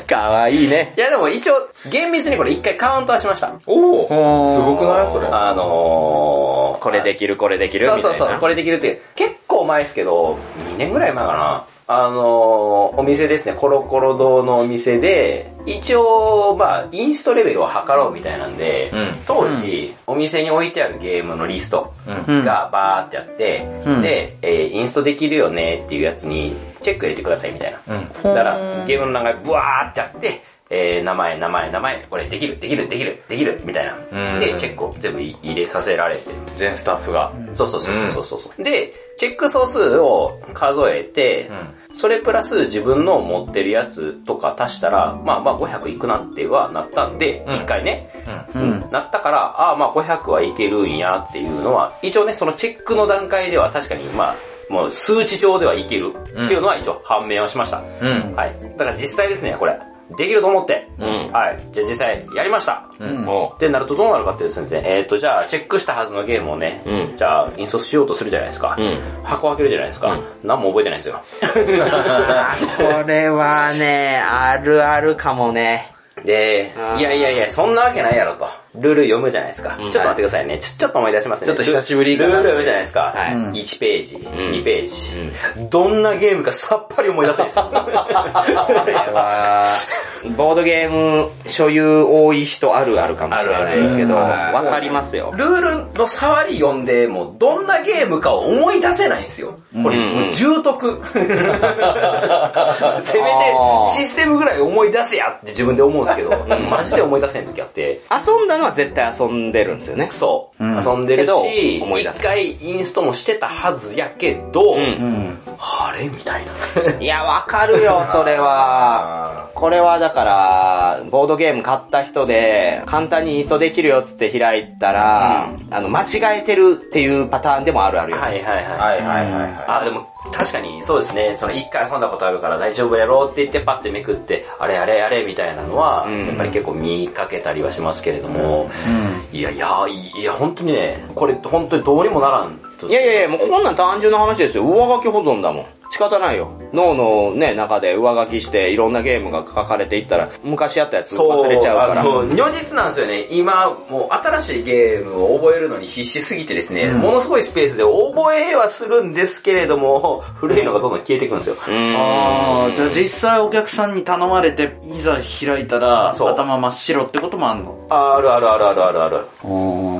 かわいいね。いやでも一応、厳密にこれ一回カウントはしました。おおすごくないそれ。あのー、これできる、これできる。そうそうみたそ、いうなこれできるっていう。結構前ですけど、2年ぐらい前かな。あのー、お店ですね、コロコロ堂のお店で、一応、まあ、インストレベルを測ろうみたいなんで、うん当時、お店に置いてあるゲームのリストうんがバーってあって、うんで、えーインストできるよねっていうやつに、チェック入れてくださいみたいな。うん。だから、ゲームの名前ブワーってあって、えー、名前、名前、名前、これできる、できる、できる、できる、みたいな。うんで、チェックを全部入れさせられて。全スタッフが。そうそうそうそうそうそう、で、チェック総数を数えて、それプラス自分の持ってるやつとか足したら、まあまあ500いくなってはなったんで、うん一回ね、うん。なったから、ああまあ500はいけるんやっていうのは、一応ね、そのチェックの段階では確かにまあ、もう数値上ではいけるっていうのは一応判明はしました。うん。はい。だから実際ですね、これ。できると思って。んはい。じゃあ実際やりました。うんもってなるとどうなるかっていうとですね、えっ、と、じゃあチェックしたはずのゲームをね、うんじゃあインストしようとするじゃないですか。うん箱開けるじゃないですか。何も覚えてないんですよ。う。これはね、あるあるかもね。であー、いやいやいや、そんなわけないやろと。ルール読むじゃないですか。うんちょっと待ってくださいね。ちょ、ちょっと思い出しますね。ちょっと久しぶりかルなルール読むじゃないですか。はいうん1ページ、2ページ、どんなゲームかさっぱり思い出せないですよ。これは、ボードゲーム所有多い人あるあるかもしれないですけど、あるあるわかりますよ。ルールの触り読んで、もうどんなゲームかを思い出せないんですよ。これ、うんうんもう重篤。 せあめーてシステムぐらい思い出せやって自分で思うんですけど、 マジで思い出せない時あって。遊んだのは絶対遊んでるんですよね。そう、うん遊んでるけどし、思い一出せな回インストもしてたはずやけど、うん。あれみたいな。 いや、わかる よ、それは。これはだから、ボードゲーム買った人で、簡単にインストできるよっつって開いたら、あの、間違えてるっていうパターンでもあるあるよ。はいはいはい。はいはいはいはあ、でも、確かにそうですね。その一回遊んだことあるから大丈夫やろうって言ってパッてめくって、あれあれあれみたいなのは、うんやっぱり結構見かけたりはしますけれども、いやいや、いや、本当にね、これ本当にどうにもならんと。いやいやいや、もうこんなん単純な話ですよ。上書き保存だもん。仕方ないよ。脳のね、中で上書きして、いろんなゲームが書かれていったら、昔やったやつそう、忘れちゃうから。あの、如実なんですよね。今、もう新しいゲームを覚えるのに必死すぎてですね、ものすごいスペースで覚えはするんですけれども、古いのがどんどん消えていくんですよ。うーんああ、じゃあ実際お客さんに頼まれて、いざ開いたら、そう頭真っ白ってこともあんのあるあるあるあるあるある。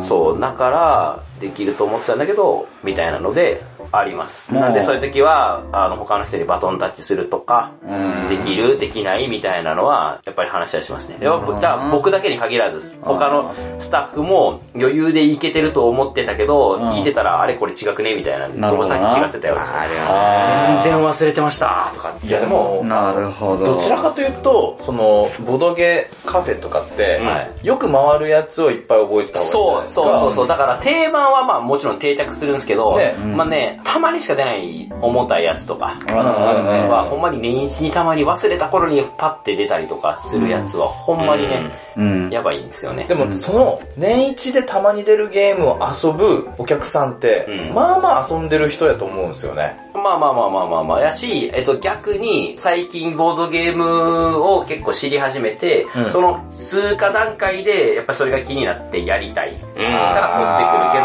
そそう、だから、できると思ってたんだけど、みたいなので、あります。もうなんでそういう時は、あの、他の人にバトンタッチするとか、んできる、できないみたいなのは、やっぱり話はしますね。やっぱだから僕だけに限らずです、他のスタッフも余裕でいけてると思ってたけど、ん聞いてたら、あれこれ違くねみたいなんで、なそこるほどさなっき違ってたよですあれはあ全然忘れてましたとかって。いやでも、なるほど。どちらかというと、その、ボドゲカフェとかって、はいよく回るやつをいっぱい覚えてた方がいいんじゃそないうですか。そうそうそう。だから定番はまあもちろん定着するんですけど、ねまあね、たまにしか出ない重たいやつとか、あのあるねはほんまに年一にたまに忘れた頃にパッて出たりとかするやつはほんまにね、うん。やばいんですよねで。も、その、年一でたまに出るゲームを遊ぶお客さんって、うんまあまあ遊んでる人やと思うんですよね。まあまあまあまあまあまあ、やし、えっと逆に最近ボードゲームを結構知り始めて、うんその通過段階でやっぱそれが気になってやりたい。から取ってくるけど、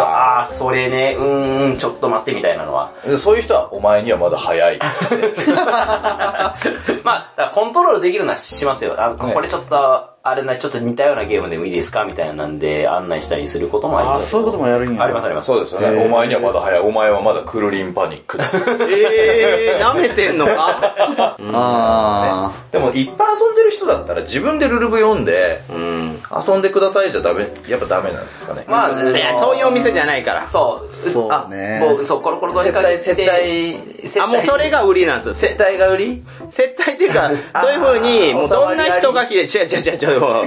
ああーそれね、うーん、ちょっと待ってみたいなのは。でそういう人は、お前にはまだ早い。まあ、だからコントロールできるのはしますよ。あはいこれちょっと、あれな、ちょっと似たようなゲームでもいいですかみたいなんで案内したりすることもありあまー、す。そういうこともやるんや。ありますあります。そうですよね。お前にはまだ早い。お前はまだクルリンパニッ クだ。えー、舐めてんのかあでも、いっぱい遊んでる人だったら自分でルールブ読んで、うん。遊んでくださいじゃダメ、やっぱダメなんですかね。まあ、 いや、そういうお店じゃないから。そう。ーそうね。もうそう、コロコロドリカに接待接待あ、もうそれが売りなんですよ。接待が売り接待ってい うか、そういう風に、もうどんな人が来て、違う違う違う違う、おい、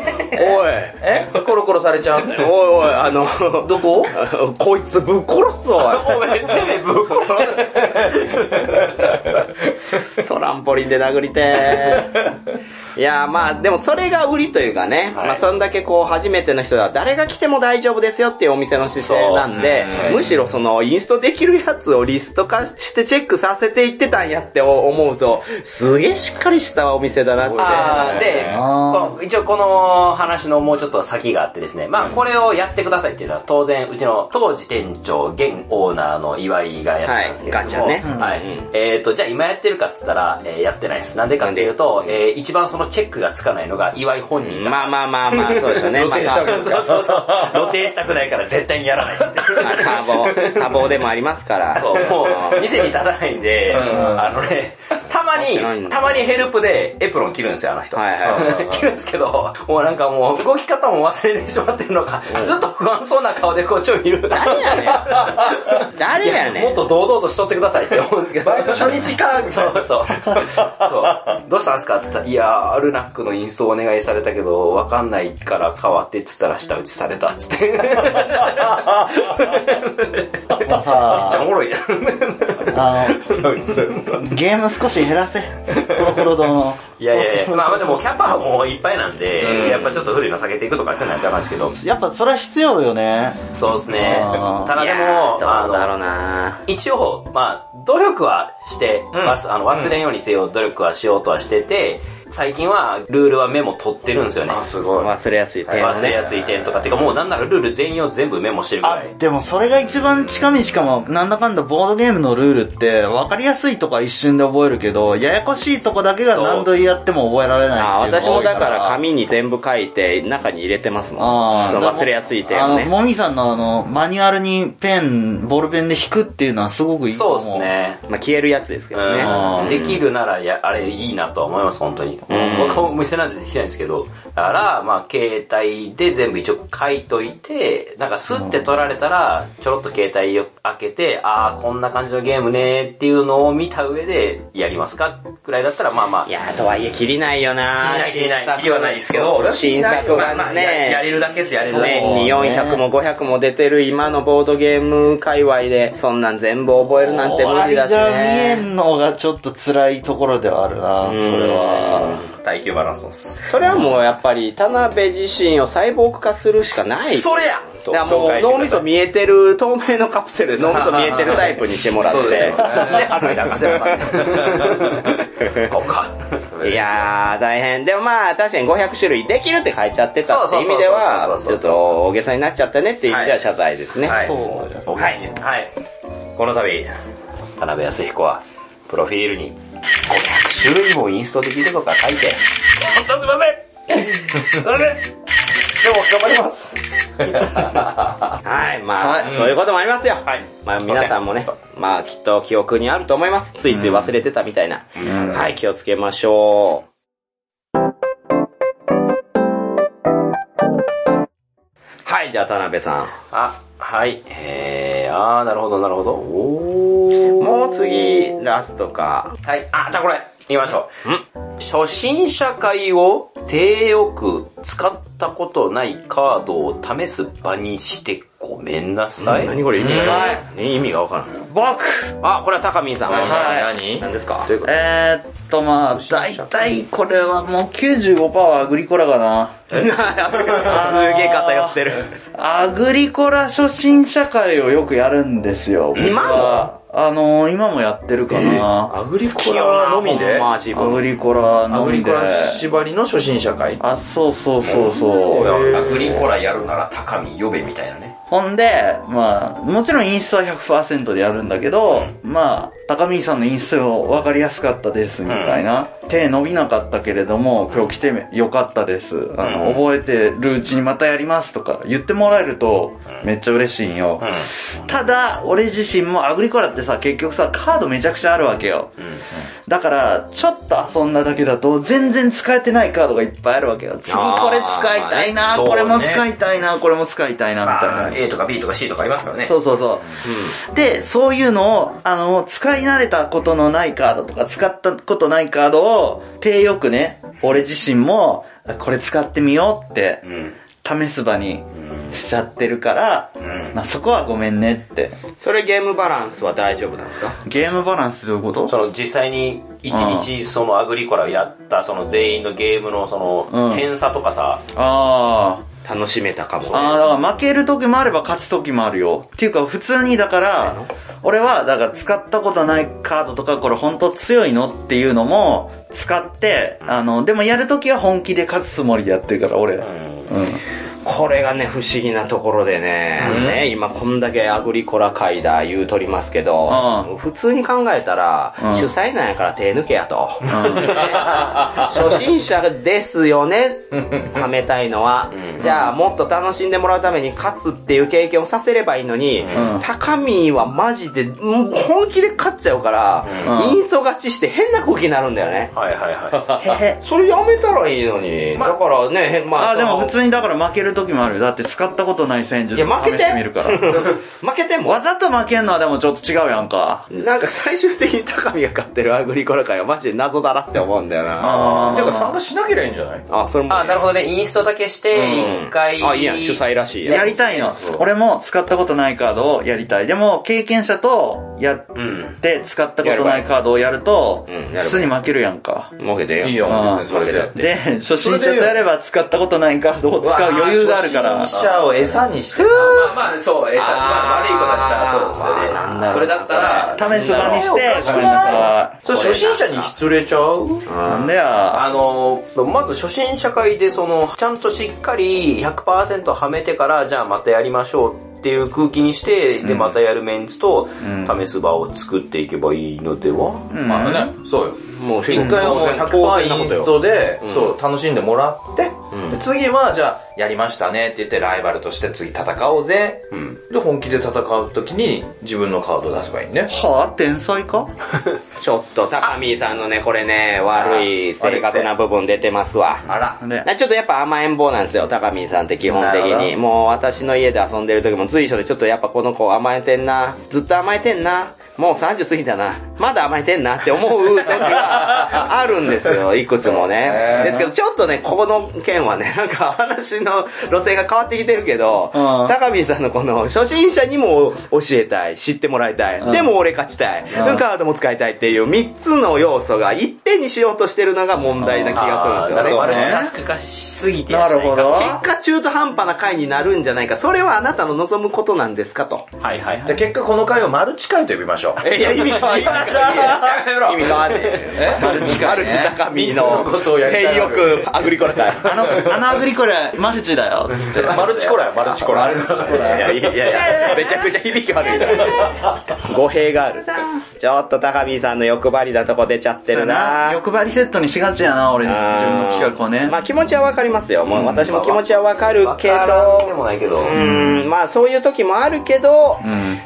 えコロコロされちゃうおいおい、あの、どこ こいつぶっ殺す ぞ、おいおめてめえぶっ殺せ トランポリンで殴りて ーいやーまあでもそれが売りというかね、はいまあそんだけこう初めての人は誰が来ても大丈夫ですよっていうお店の姿勢なんで、むしろそのインストできるやつをリスト化してチェックさせていってたんやって思うと、すげえしっかりしたお店だなって。あーで、あーこの一応この話のもうちょっと先があってですね、まあこれをやってくださいっていうのは当然うちの当時店長、現オーナーの岩井がやってたんですけれども、はいガンちゃんねはいうんうんえっ、と、じゃあ今やってるかっつったら、えーやってないです。なんでかっていうと、えー一番そのチェックがつかないのが岩井本人だ。まあまあまあまあ、そうでしょうね。まあ、そうそうそうそう。露呈したくないから絶対にやらないって。まあ多忙、多忙でもありますから。そう、もう、店に立たないんで、あのね、たまに、たまにヘルプでエプロン着るんですよ、あの人。はいは 着るんですけど、もうなんかもう、動き方も忘れてしまってるのか、ずっと不安そうな顔でこっちを見る。誰やねん。誰やねもっん。と堂々としとってくださいって思うんですけど。バイト初日かそうそうそう。どうしたんですかって言ったら、いや、アルナックのインストお願いされたけど、わかんないから変わってって言ったら下打ちされたっつって。めっまあさちゃおもろいやん。あ の、ゲーム少し減らせ。コロコロ堂の。いやいやいや、まあまあでもキャパはもういっぱいなんで、やっぱちょっと古いの下げていくとかせないとあかんですけど、やっぱそれは必要よね。そうですねあ。ーただいでやも、ーどうあのだろうな一応、まあ、努力はして、忘あの忘れんようにせよ、努力はしようとはしてて、最近はルールはメモ取ってるんですよね。すご忘れやすい点忘れやすい点とか、てかもうなんならルール全員を全部メモしてるぐらい。でもそれが一番近道かも、なんだかんだボードゲームのルールって、分かりやすいとこは一瞬で覚えるけど、ややこしいとこだけが何度やっても覚えられあないっていう私のがも多いだから紙に全部書いて中に入れてますもあん。あその忘れやすい点あをの、ね。もみさんのあの、マニュアルにペン、ボールペンで引くっていうのはすごくいいとそう思う。です。ね。まあ消えるやつですけどね。うあん、ーできるならや、あれいいなとは思います、本当に。うん僕もお店なんてできないんですけど。だから、まあ、携帯で全部一応書いといて、なんかスッて取られたら、ちょろっと携帯を開けて、ああ、こんな感じのゲームねーっていうのを見た上で、やりますかくらいだったら、まあまあい。やーとはいえ切りないよな切りない、切りはないですけど、新作まあまがあややね、れるだけです、やれるだけ。年に400も500も出てる今のボードゲーム界隈で、そんなん全部覚えるなんて無理だし終わりが見えね。んのがちょっと辛いところではあるな、それは。耐久バランスです。それはもうやっぱり田辺自身を細胞化するしかない。それやだからもう脳みそ見えてる、透明のカプセルで脳みそ見えてるタイプにしてもらって。で、あとに任せれば。そうか。いやー、大変。でもまあ、確かに500種類できるって書いちゃってたってそう意そうそうそう味では、ちそうそうょっそうと大げさになっちゃったねっていう意味では謝罪ですね。はい。そうだよ。はい。はい。この度、田辺康彦は、プロフィールに、500種類もインストできるとか書いて、本当すいませんそれで、でも頑張ります。はい、まあ、そういうこともありますよ。はいまあ、皆さんもね、まあ、きっと記憶にあると思います。ついつい忘れてたみたいな。はい、気をつけましょう。はい、じゃあ、田辺さん。あ、はい。えー、あー、なるほど、なるほど。おー。もう次、ラストか。はい。あ、じゃあこれ、言いましょんう。初心者会を、低よく使ったことないカードを試す場にして5ごめんなさい。何これ意味がわからん、ね、意味がわからん。僕あ、これは高見さん。はい何何ですかということえー、っとまあ、大体これはもう95%はアグリコラかな。すげえ偏ってる。アグリコラ初心者会をよくやるんですよ。今もあのー、今もやってるかな。アグリコラのみでまあ自アグ分。リコ ラアのグみリコで。ラ縛りの初心者会。あ、そうそうそうそう。アグリコラやるなら高見呼べみたいなね。ほんで、まあ、もちろんインストは100%でやるんだけど、まあ、高見さんのインストも分かりやすかったです、みたいな。手伸びなかったけれども、今日来てよかったです。あの、覚えてるうちにまたやりますとか言ってもらえると、めっちゃ嬉しいんよ。ただ、俺自身もアグリコラってさ、結局さ、カードめちゃくちゃあるわけよ。だから、ちょっと遊んだだけだと、全然使えてないカードがいっぱいあるわけよ。次これ使いたいな、あーまあねこれもそうね使いたいな、これも使いたいな、みたいなまあ。A とか B とか C とかありますからね。そうそうそう。で、そういうのを、あの、使い慣れたことのないカードとか、使ったことないカードを、手よくね、俺自身も、あこれ使ってみようって、試す場にしちゃってるから、まあそこはごめんねって。それゲームバランスは大丈夫なんですかゲームバランスどういうことその実際に一日そのアグリコラをやったその全員のゲームのそうんの点差とかさ、あ楽しめたかあ。あも。あ、だから負ける時もあれば勝つ時もあるよ。っていうか普通にだから、俺はだから使ったことないカードとかこれ本当強いのっていうのも使って、あの、でもやるときは本気で勝つつもりでやってるから俺。うん。これがね、不思議なところでね、ね、今こんだけアグリコラ会だ言うとりますけうど、普通に考えたらうん、主催なんやから手抜けやと。うん初心者ですよね、はめたいのは。じゃあ、もっと楽しんでもらうために勝つっていう経験をさせればいいのに、ん高見はマジで、うん本気で勝っちゃうから、うんインスト勝ちして変な空気になるんだよね。はいはいはへへ。それやめたらいいのに。だからね、へまあ。あ、でも普に。通にだから負けるときもあるよ。だって使ったことない戦術いや、負け試て。してみるから。負けても。わざと負けんのはでもちょっと違うやんか。なんか最終的に高見が勝ってるアグリコラ会はマジで謎だなって思うんだよな。あてか参加しなければいいんじゃないあ、それもいい。あ、なるほどね。インストだけして、うん一回。あ、いいやん、主催らしいやりたいの。俺も使ったことないカードをやりたい。でも、経験者とやって使ったことないカードをやると、やればいいうんやればい普い通に負けるやんか。儲けてよいいよあ、ー別にそれで。で、初心者とやれば使ったことないカードを使う余裕があるから初。心者を餌にして。まあまあ、そう、餌、まあ悪いことはしたら、そう、それで。まあなんだろうなそれだったら、試す場にして、ごめんなさそれ初心者に失礼ちゃうい。なんだよ。あの、まず初心者会でその、ちゃんとしっかり100%はめてから、じゃあまたやりましょうっていう空気にして、で、またやるメンツと、試す場を作っていけばいいのでは、まあね、そうよ。もう一回はもう100%インストで、そう、楽しんでもらって、で次はじゃあ、やりましたねって言ってライバルとして次戦おうぜ。で、本気で戦うときに自分のカードを出せばいいね。はぁ、天才かちょっと高見さんのね、これね、悪い正確な部分出てますわ。あら。ね。ちょっとやっぱ甘えん坊なんですよ、高見さんって基本的なるほに。どもう私の家で遊んでる時も随所でちょっとやっぱこの子甘えてんな。ずっと甘えてんな。もう30過ぎたな。まだ甘えてんなって思う時があるんですよ、いくつもね。ですけどちょっとね、ここの件はね、なんか話の路線が変わってきてるけど、うん高見さんのこの初心者にも教えたい、知ってもらいたい、でも俺勝ちたい、うんカードも使いたいっていう3つの要素がいっぺんにしようとしてるのが問題な気がするんですよあーなるほどねマルチタスク化しすぎてやならないるかほど。結果中途半端な回になるんじゃないか。それはあなたの望むことなんですかと。はいはいはい。で、結果この回をマルチ回と呼びましょう。いや、意味変わんない。やめろ意味変わんない。マルチカルチ高見三のつのことをやりたい低欲アグリコラ会。あの、あのアグリコラ、マルチだよ。つって。マルチコラや、マルチコラ。いやいやいや、めちゃくちゃ響き悪いな。語弊がある。ちょっと高見さんの欲張りなとこ 出ちゃっそうてやるなな。欲張りセットにしがちやな、俺、自分の企画をね。まあ気持ちはわかりますよ。もう私も気持ちはわかるけわからんでど、もないけど。うん、まあそういう時もあるけど、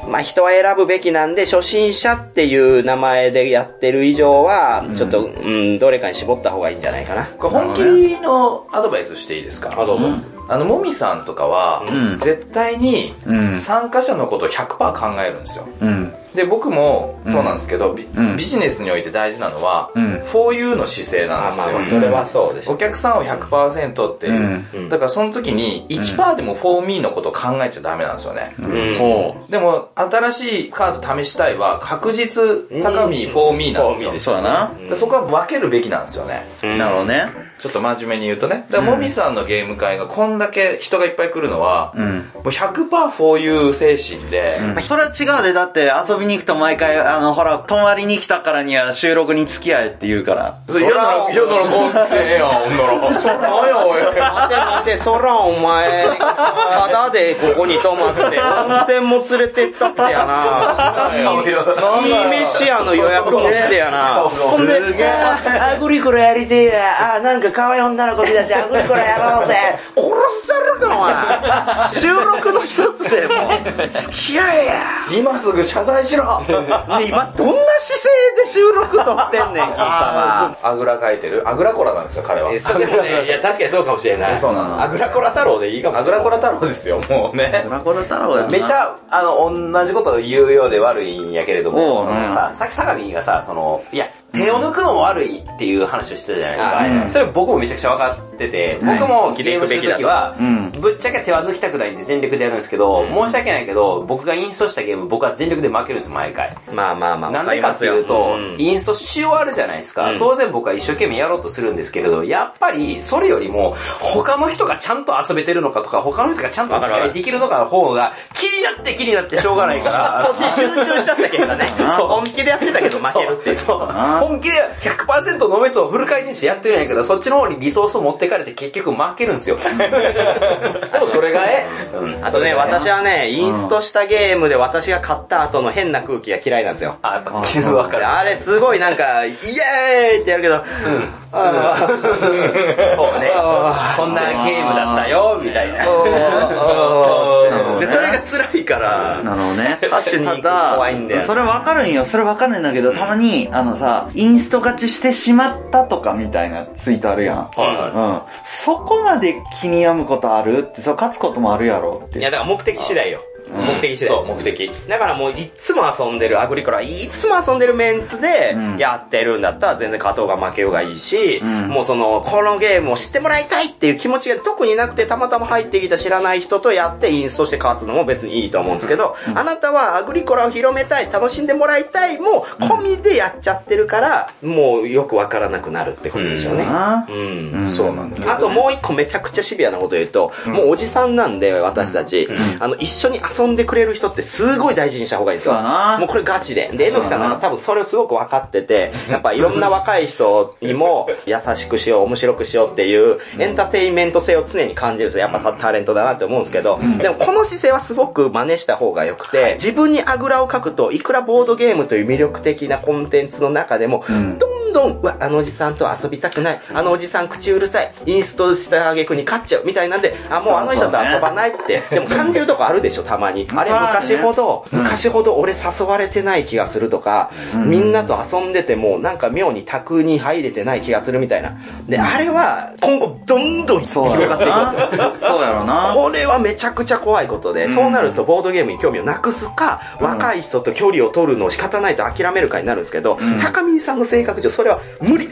まあ人は選ぶべきなんで、初心者っていう名前でやってる以上は、ちょっと、うん、どれかに絞った方がいいんじゃないかな。これ本気のアドバイスしていいですかあ、どうも。あの、もみさんとかは、ん絶対にうん参加者のことを100%考えるんですよ。うん。で、僕もそうなんですけど、ビうんビジネスにおいて大事なのは、うん。 for you の姿勢なんですよ。それはそうでしょ。お客さんを100%っていう、うんだからその時に1%でも for me のことを考えちゃダメなんですよね。うんほでも、新しいカード試したいは確実高み for me なんですよ。 for me そうだな。でそこは分けるべきなんですよね。なるほどね。ちょっと真面目に言うとね。だから、もみさんのゲーム会がこんだけ人がいっぱい来るのは、うん。もう100%フォーユー精神で、まあそれは違うで、だって遊びに行くと毎回、あの、ほら、泊まりに来たからには収録に付き合えって言うから。それ嫌なら、嫌ならこう来て ええやん、ほんなら。何やおい。待て待て、そらお前、ただでここに泊まって、温泉も連れてったってやな。いい飯屋の予約もしてやな。ほんで、アグリコラやりてえや。あ、なんか可愛い女の子見たし、アグリコラやろうぜ。殺される かお前。収録の一つでもう、付き合えや。今すぐ謝罪し ろで今どんな姿勢で収録撮ってんねん、君様。あぐらかいてるあぐらコラなんですよ、彼は。そうで もね、いや、確かにそうかもしれない。そうなの。あぐらコラ太郎でいいかも。あぐらコラ太郎ですよ、もうね。ラコラ太郎やなめちゃ、あの、同じこと言うようで悪いんやけれどおも、うそのささっき高見がさ、その、いや、手を抜くのも悪いっていう話をしてたじゃないですか。それ僕もめちゃくちゃ分かってて、僕もゲームしてるときは、ぶっちゃけ手は抜きたくないんで全力でやるんですけど、申し訳ないけど、僕がインストしたゲーム、僕は全力で負けるんです、毎回。まあまあまあ、なんでかっていうと、インストし終わるじゃないですか、当然僕は一生懸命やろうとするんですけれど、やっぱりそれよりも、他の人がちゃんと遊べてるのかとか、他の人がちゃんと理解できるのかの方が、気になって気になってしょうがないから、 そっち集中しちゃったけど ね。そう本気でやってたけど負けるってい う。そう本気で100%脳みそをフル回転してやってるんやけど、そっちの方にリソースを持ってかれて結局負けるんですよ。でもそれがね、あとね、私はね、インストしたゲームで私が勝った後の変な空気が嫌いなんですよ。あ、やっぱ気分分かる。あれすごいなんか、イエーイってやるけど、あの そうね、こんなゲームだったよ、みたいな。ほどねで、それが辛いから、なるほどね。勝ちに行く怖いんだよねそれわかるんよ。それわかるんだけど、たまに、あのさ、インスト勝ちしてしまったとかみたいなツイートあるやん。うん。そこまで気に病むことあるって、そう、勝つこともあるやろって。いやだから目的次第よ。ん目的次そう、第。目的。だからもういっつも遊んでる、アグリコラいっつも遊んでるメンツでうんやってるんだったら全然勝とうが負けようがいいし、うんもうその、このゲームを知ってもらいたいっていう気持ちが特になくてたまたま入ってきた知らない人とやってインストして勝つのも別にいいと思うんですけど、あなたはアグリコラを広めたい、楽しんでもらいたいも込みでやっちゃってるから、もうよくわからなくなるってことでしょうね。なうんそうなんだあともう一個めちゃくちゃシビアなこと言うと、もうおじさんなんで私たち、あの一緒に遊んでくれる人ってすごい大事にした方がいいんですよ。そうだなもうこれガチで。で、えのきさんなそうだんなか多分それをすごく分かってて、やっぱいろんな若い人にも優しくしよう、面白くしようっていうエンターテインメント性を常に感じるんですよ。やっぱさ、タレントだなって思うんですけど、でもこの姿勢はすごく真似した方が良くて、自分にあぐらをかくと、いくらボードゲームという魅力的なコンテンツの中でも、んどんどん、うわ、あのおじさんと遊びたくない、あのおじさん口うるさい、インストした挙句に勝っちゃうみたいなんで、あ、もうあの人と遊ばないって、でも感じるとこあるでしょ、たまに。あれ昔ほど、昔ほど俺誘われてない気がするとか、みんなと遊んでてもなんか妙に宅に入れてない気がするみたいな。で、あれは今後どんどん広そうやろがっていくんですよ。な。そうやろな。これはめちゃくちゃ怖いことで、そうなるとボードゲームに興味をなくすか、若い人と距離を取るのを仕方ないと諦めるかになるんですけど、高見さんの性格上それは無 理。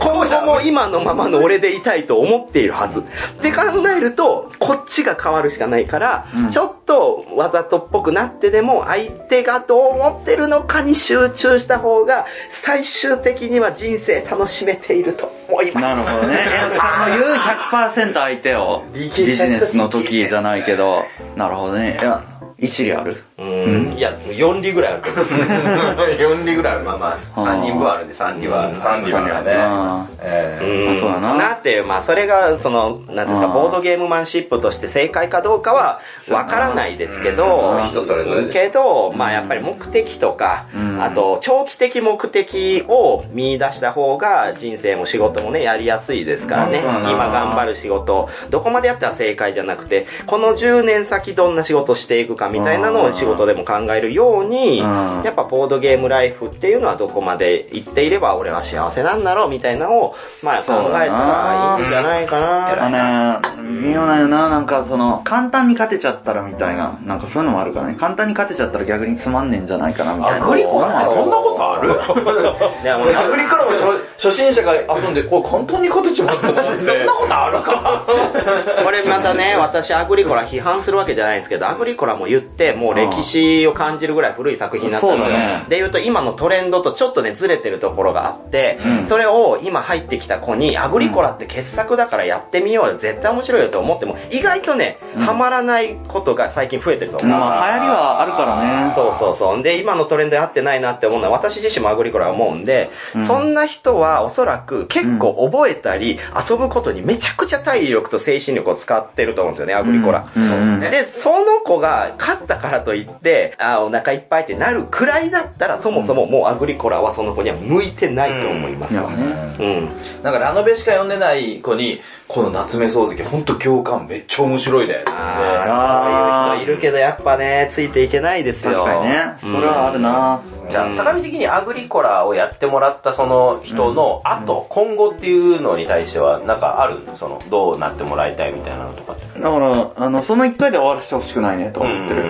今後も今のままの俺でいたいと思っているはず。って考えると、こっちが変わるしかないから、ちょっとわざとっぽくなってでも、相手がどう思ってるのかに集中した方が、最終的には人生楽しめていると思います。なるほどね。エムさんの言う100%相手を、ビジネスの時じゃないけど、なるほどね。いや、一理ある。うん。いや、4里ぐらいあ る。4里ぐらいある。まあまあ。 3人分あるんで、3人は。 3里はね。あえーあそうだなっていう、まあそれが、その、なんていうんですか、うんボードゲームマンシップとして正解かどうかは、わからないですけど、うん人それぞれですけど、まあやっぱり目的とか、あと、長期的目的を見出した方が、人生も仕事もね、やりやすいですからね。うんうん今頑張る仕事、どこまでやったら正解じゃなくて、この10年先どんな仕事をしていくかみたいなのを仕事でも考えるように、うんやっぱボードゲームライフっていうのはどこまで行っていれば俺は幸せなんだろうみたいなのを、まあ考えたらいいんじゃないかな。あのね、微妙なんよな、なんかその、簡単に勝てちゃったらみたいな、なんかそういうのもあるからね。簡単に勝てちゃったら逆につまんねえんじゃないかな、みたいな。グリコなんてそんなことあるいやもうアグリからも初初心者が遊んで、これ簡単に勝てちまったと思って。 そんなことあるこれまたね、私アグリコラ批判するわけじゃないんですけど、アグリコラも言って、もう歴史を感じるぐらい古い作品になったんですよ。そうだねで言うと今のトレンドとちょっとね、ずれてるところがあって、それを今入ってきた子に、アグリコラって傑作だからやってみようよ、絶対面白いよと思っても、意外とね、ハマらないことが最近増えてると思う。まあ、流行りはあるからね。そうそうそう。で、今のトレンドに合ってないなって思うのは、私自身もアグリコラは思うんで、そんな人はおそらく結構覚えたり、遊ぶことにめちゃくちゃ体力と精神力を使ってると思うんですよね、アグリコラ。うん。うんで、その子が勝ったからといって、あーお腹いっぱいってなるくらいだったら、そもそももうアグリコラはその子には向いてないと思いますいやわ。ね。うん。なんかラノベしか読んでない子に、この夏目漱石、ほんと共感めっちゃ面白いで。あー、そういう人いるけど、やっぱね、ついていけないですよ。確かにね。それはあるな。じゃあ、高見的にアグリコラをやってもらったその人の後、今後っていうのに対しては、なんかあるその、どうなってもらいたいみたいなのとかって。だから、あの、その一回で終わらせてほしくないね、と思ってる。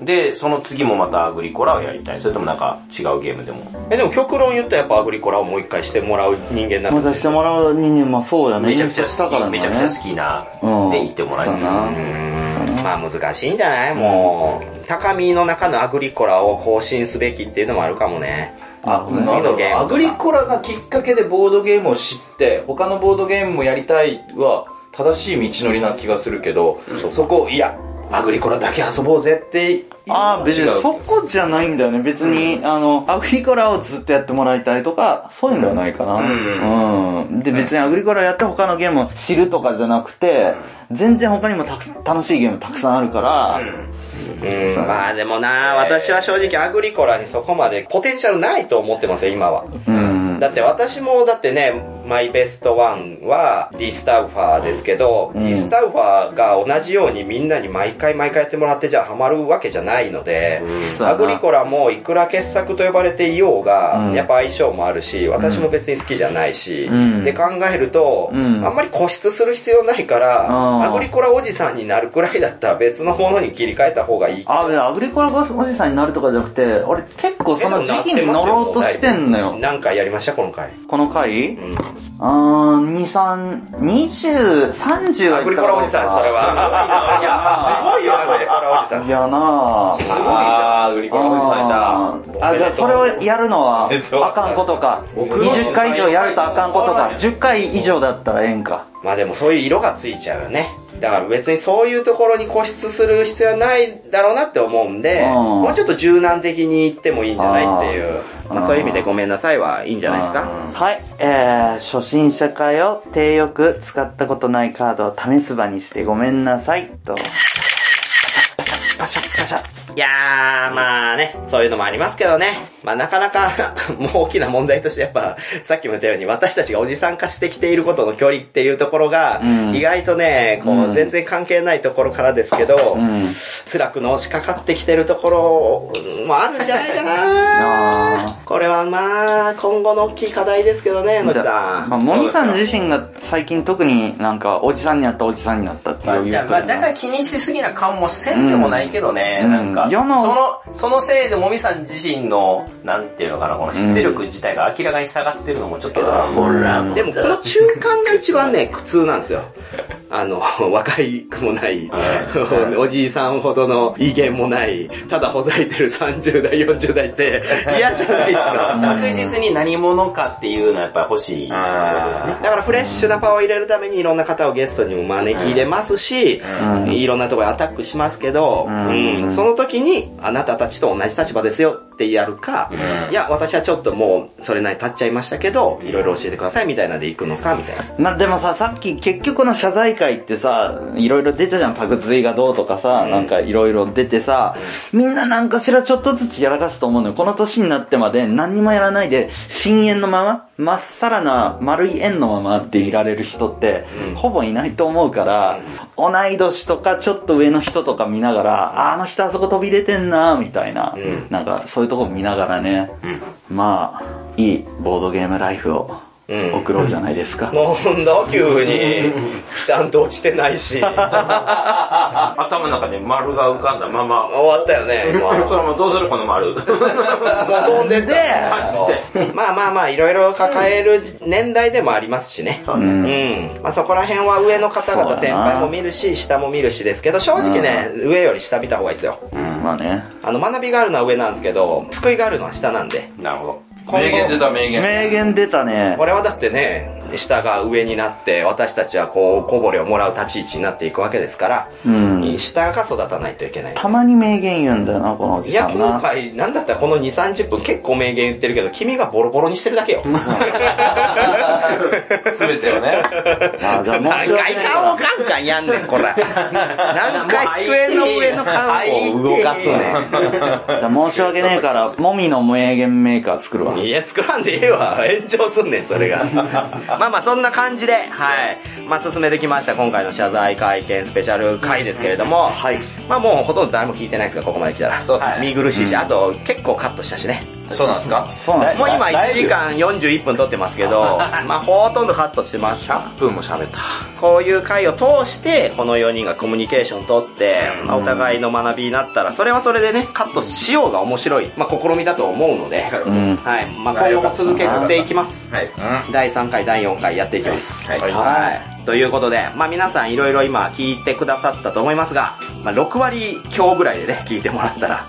で、その次もまたアグリコラをやりたい。それともなんか違うゲームでも。え、でも極論言ったらやっぱアグリコラをもう一回してもらう人間になってまたしてもらう人間もそうだね。めちゃくちゃしたか好らき、ね。めちゃくちゃ好きな、うんで言ってもらいそうだなたい。まあ難しいんじゃないもう、高みの中のアグリコラを更新すべきっていうのもあるかもね。あ、次のゲームとか。アグリコラがきっかけでボードゲームを知って、他のボードゲームもやりたいは、正しい道のりな気がするけど、そこ、いや、アグリコラだけ遊ぼうぜって、ああ、別違にうそこじゃないんだよね。別に、あの、アグリコラをずっとやってもらいたいとか、そういうのではないかな。うん。で、別にアグリコラやって他のゲームを知るとかじゃなくて、全然他にもたく楽しいゲームたくさんあるから、うん、まあでもな、私は正直アグリコラにそこまでポテンシャルないと思ってますよ、今は。うん。だって私も、だってね、マイベストワンはディスタウファーですけど、んディスタウファーが同じようにみんなに毎回毎回やってもらってじゃあハマるわけじゃないので、そうやアなグリコラもいくら傑作と呼ばれていようが、うんやっぱ相性もあるし、私も別に好きじゃないし、うんで考えると、うんあんまり固執する必要ないから、うんアグリコラおじさんになるくらいだったら別のものに切り替えた方がいい。あ、でアグリコラおじさんになるとかじゃなくて、俺結構その時期に乗ろうとしてんのよ。なんかやりましたこの回。この回うんあー、2、3、20、30はアグリコラおじさん、それは。いや、すごいよ、アグリコラおじさん。いやなぁ。すごいじゃん。あーアグリコラおじさんあだ。ーあ、じゃあそれをやるのは、あかんことか。20回以上やるとあかんことか。10回以上だったらええんか。まあでもそういう色がついちゃうよね。だから別にそういうところに固執する必要はないだろうなって思うんで、うんもうちょっと柔軟的に言ってもいいんじゃないっていう。あまあそういう意味でごめんなさいはいいんじゃないですか。はい、えー、初心者会を低よく使ったことないカードを試す場にしてごめんなさい、と。パシャッパシャッパシャッパシャッ。いやー、まあね、そういうのもありますけどね。まあなかなか、 もう大きな問題としてやっぱ、さっきも言ったように私たちがおじさん化してきていることの距離っていうところが、うん意外とね、こうう、ん全然関係ないところからですけど、うん。辛くのしかかってきてるところもあるんじゃない かなあこれはまあ、今後の大きい課題ですけどね、野木さん。まあ、モニさん自身が最近特になんか、おじさんになったおじさんになったってまいあ、うじゃあまあ若干気にしすぎな感もせんでもないけどね、うんなんうか、んそ世のの、そのせいでもみさん自身の、なんていうのかな、この出力自体が明らかに下がってるのもちょっと、ほら、でもこの中間が一 番ね、苦痛なんですよ。あの、 若いくもない、おじいさんほどの威厳もない、ただほざいてる30代、40代って嫌じゃないですか。確実に何者かっていうのはやっぱり欲しい。だからフレッシュなパワーを入れるためにいろんな方をゲストにも招き入れますし、いろんなところにアタックしますけど、んうんその時にあなたたちと同じ立場ですよってやるか、いや、私はちょっともう、それなりに経っちゃいましたけど、いろいろ教えてくださいみたいなので行くのか、みたいな。まあでもさ、さっき結局の謝罪会ってさ、いろいろ出たじゃん、パクツイがどうとかさ、なんかいろいろ出てさ、みんななんかしらちょっとずつやらかすと思うのよ。この年になってまで何にもやらないで、深淵のまま、まっさらな丸い円のままでいられる人って、ほぼいないと思うから、同い年とかちょっと上の人とか見ながら、ああの人あそこ飛び出てんな、みたいな、なんかそういうとこ見ながらね、まあ、いいボードゲームライフをうん送ろうじゃないですか。なんだ急に。ちゃんと落ちてないし。終わ頭の中で丸が浮かんだ まま。ったよね、今。それもどうするこの丸。飛んでて。走って。 まあまあまあ、いろいろ抱える年代でもありますしね。そううね。んうん。まあそこら辺は上の方々そう先だな輩も見るし、下も見るしですけど、正直ね、上より下見た方がいいですよ。まあね。あの、学びがあるのは上なんですけど、救いがあるのは下なんで。なるほど。名言出た名言。名言出たね。俺はだってね、下が上になって、私たちはこう、こぼれをもらう立ち位置になっていくわけですから、うん。下が育たないといけない。たまに名言言うんだよな、このおいじや、さん今な。回、なんだったらこの2、30分結構名言言ってるけど、君がボロボロにしてるだけよ。すべてをね。あーじゃあ申何し訳回ない缶をガンガンやんねん、こ れ。何回机の上の缶を動かすねじゃあ申し訳ねえから、もみの名言メーカー作 るわ。ん。いや、作らんでええわ。炎上すんねん、それ が。まあまあ、そんな感じで、はい。まあ、進めてきました。今回の謝罪会見スペシャル回ですけれども、はい。まあ、もうほとんど誰も聞いてないですが、ここまで来たら。そうです見苦しいし、あと、結構カットしたしね。そうなんですかそうなんですもうか今1時間41分撮ってますけど、まあほとんどカットしてます。100分も喋った。こういう回を通して、この4人がコミュニケーション取って、まあお互いの学びになったら、それはそれでね、カットしようが面白い、まあ試みだと思うので、うんはい。まあ今後も続けていきます。はい。うん。第3回、第4回やっていきます。はいはい。ということで、まあ皆さんいろいろ今聞いてくださったと思いますが、まあ6割強ぐらいでね、聞いてもらったら、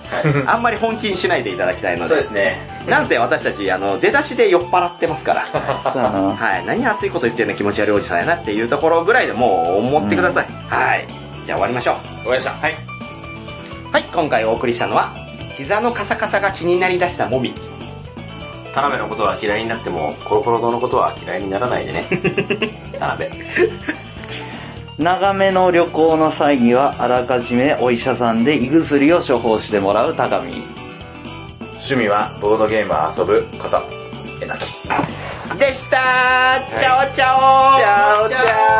あんまり本気にしないでいただきたいので、そうですね。なんせ私たち、あの、出だしで酔っ払ってます から。そうやな。はい。何熱いこと言ってんの気持ち悪いおじさんやなっていうところぐらいでもう思ってください。はい。じゃあ終わりましょう。終わりました。はい。はい、今回お送りしたのは、膝のカサカサが気になりだしたモミ。田辺のことは嫌いになっても、コロコロ堂のことは嫌いにならないでね。田辺。長めの旅行の際には、あらかじめお医者さんで胃薬を処方してもらう高見。趣味はボードゲームを遊ぶこと。えなき。でしたーチャオチャオチャオチャオ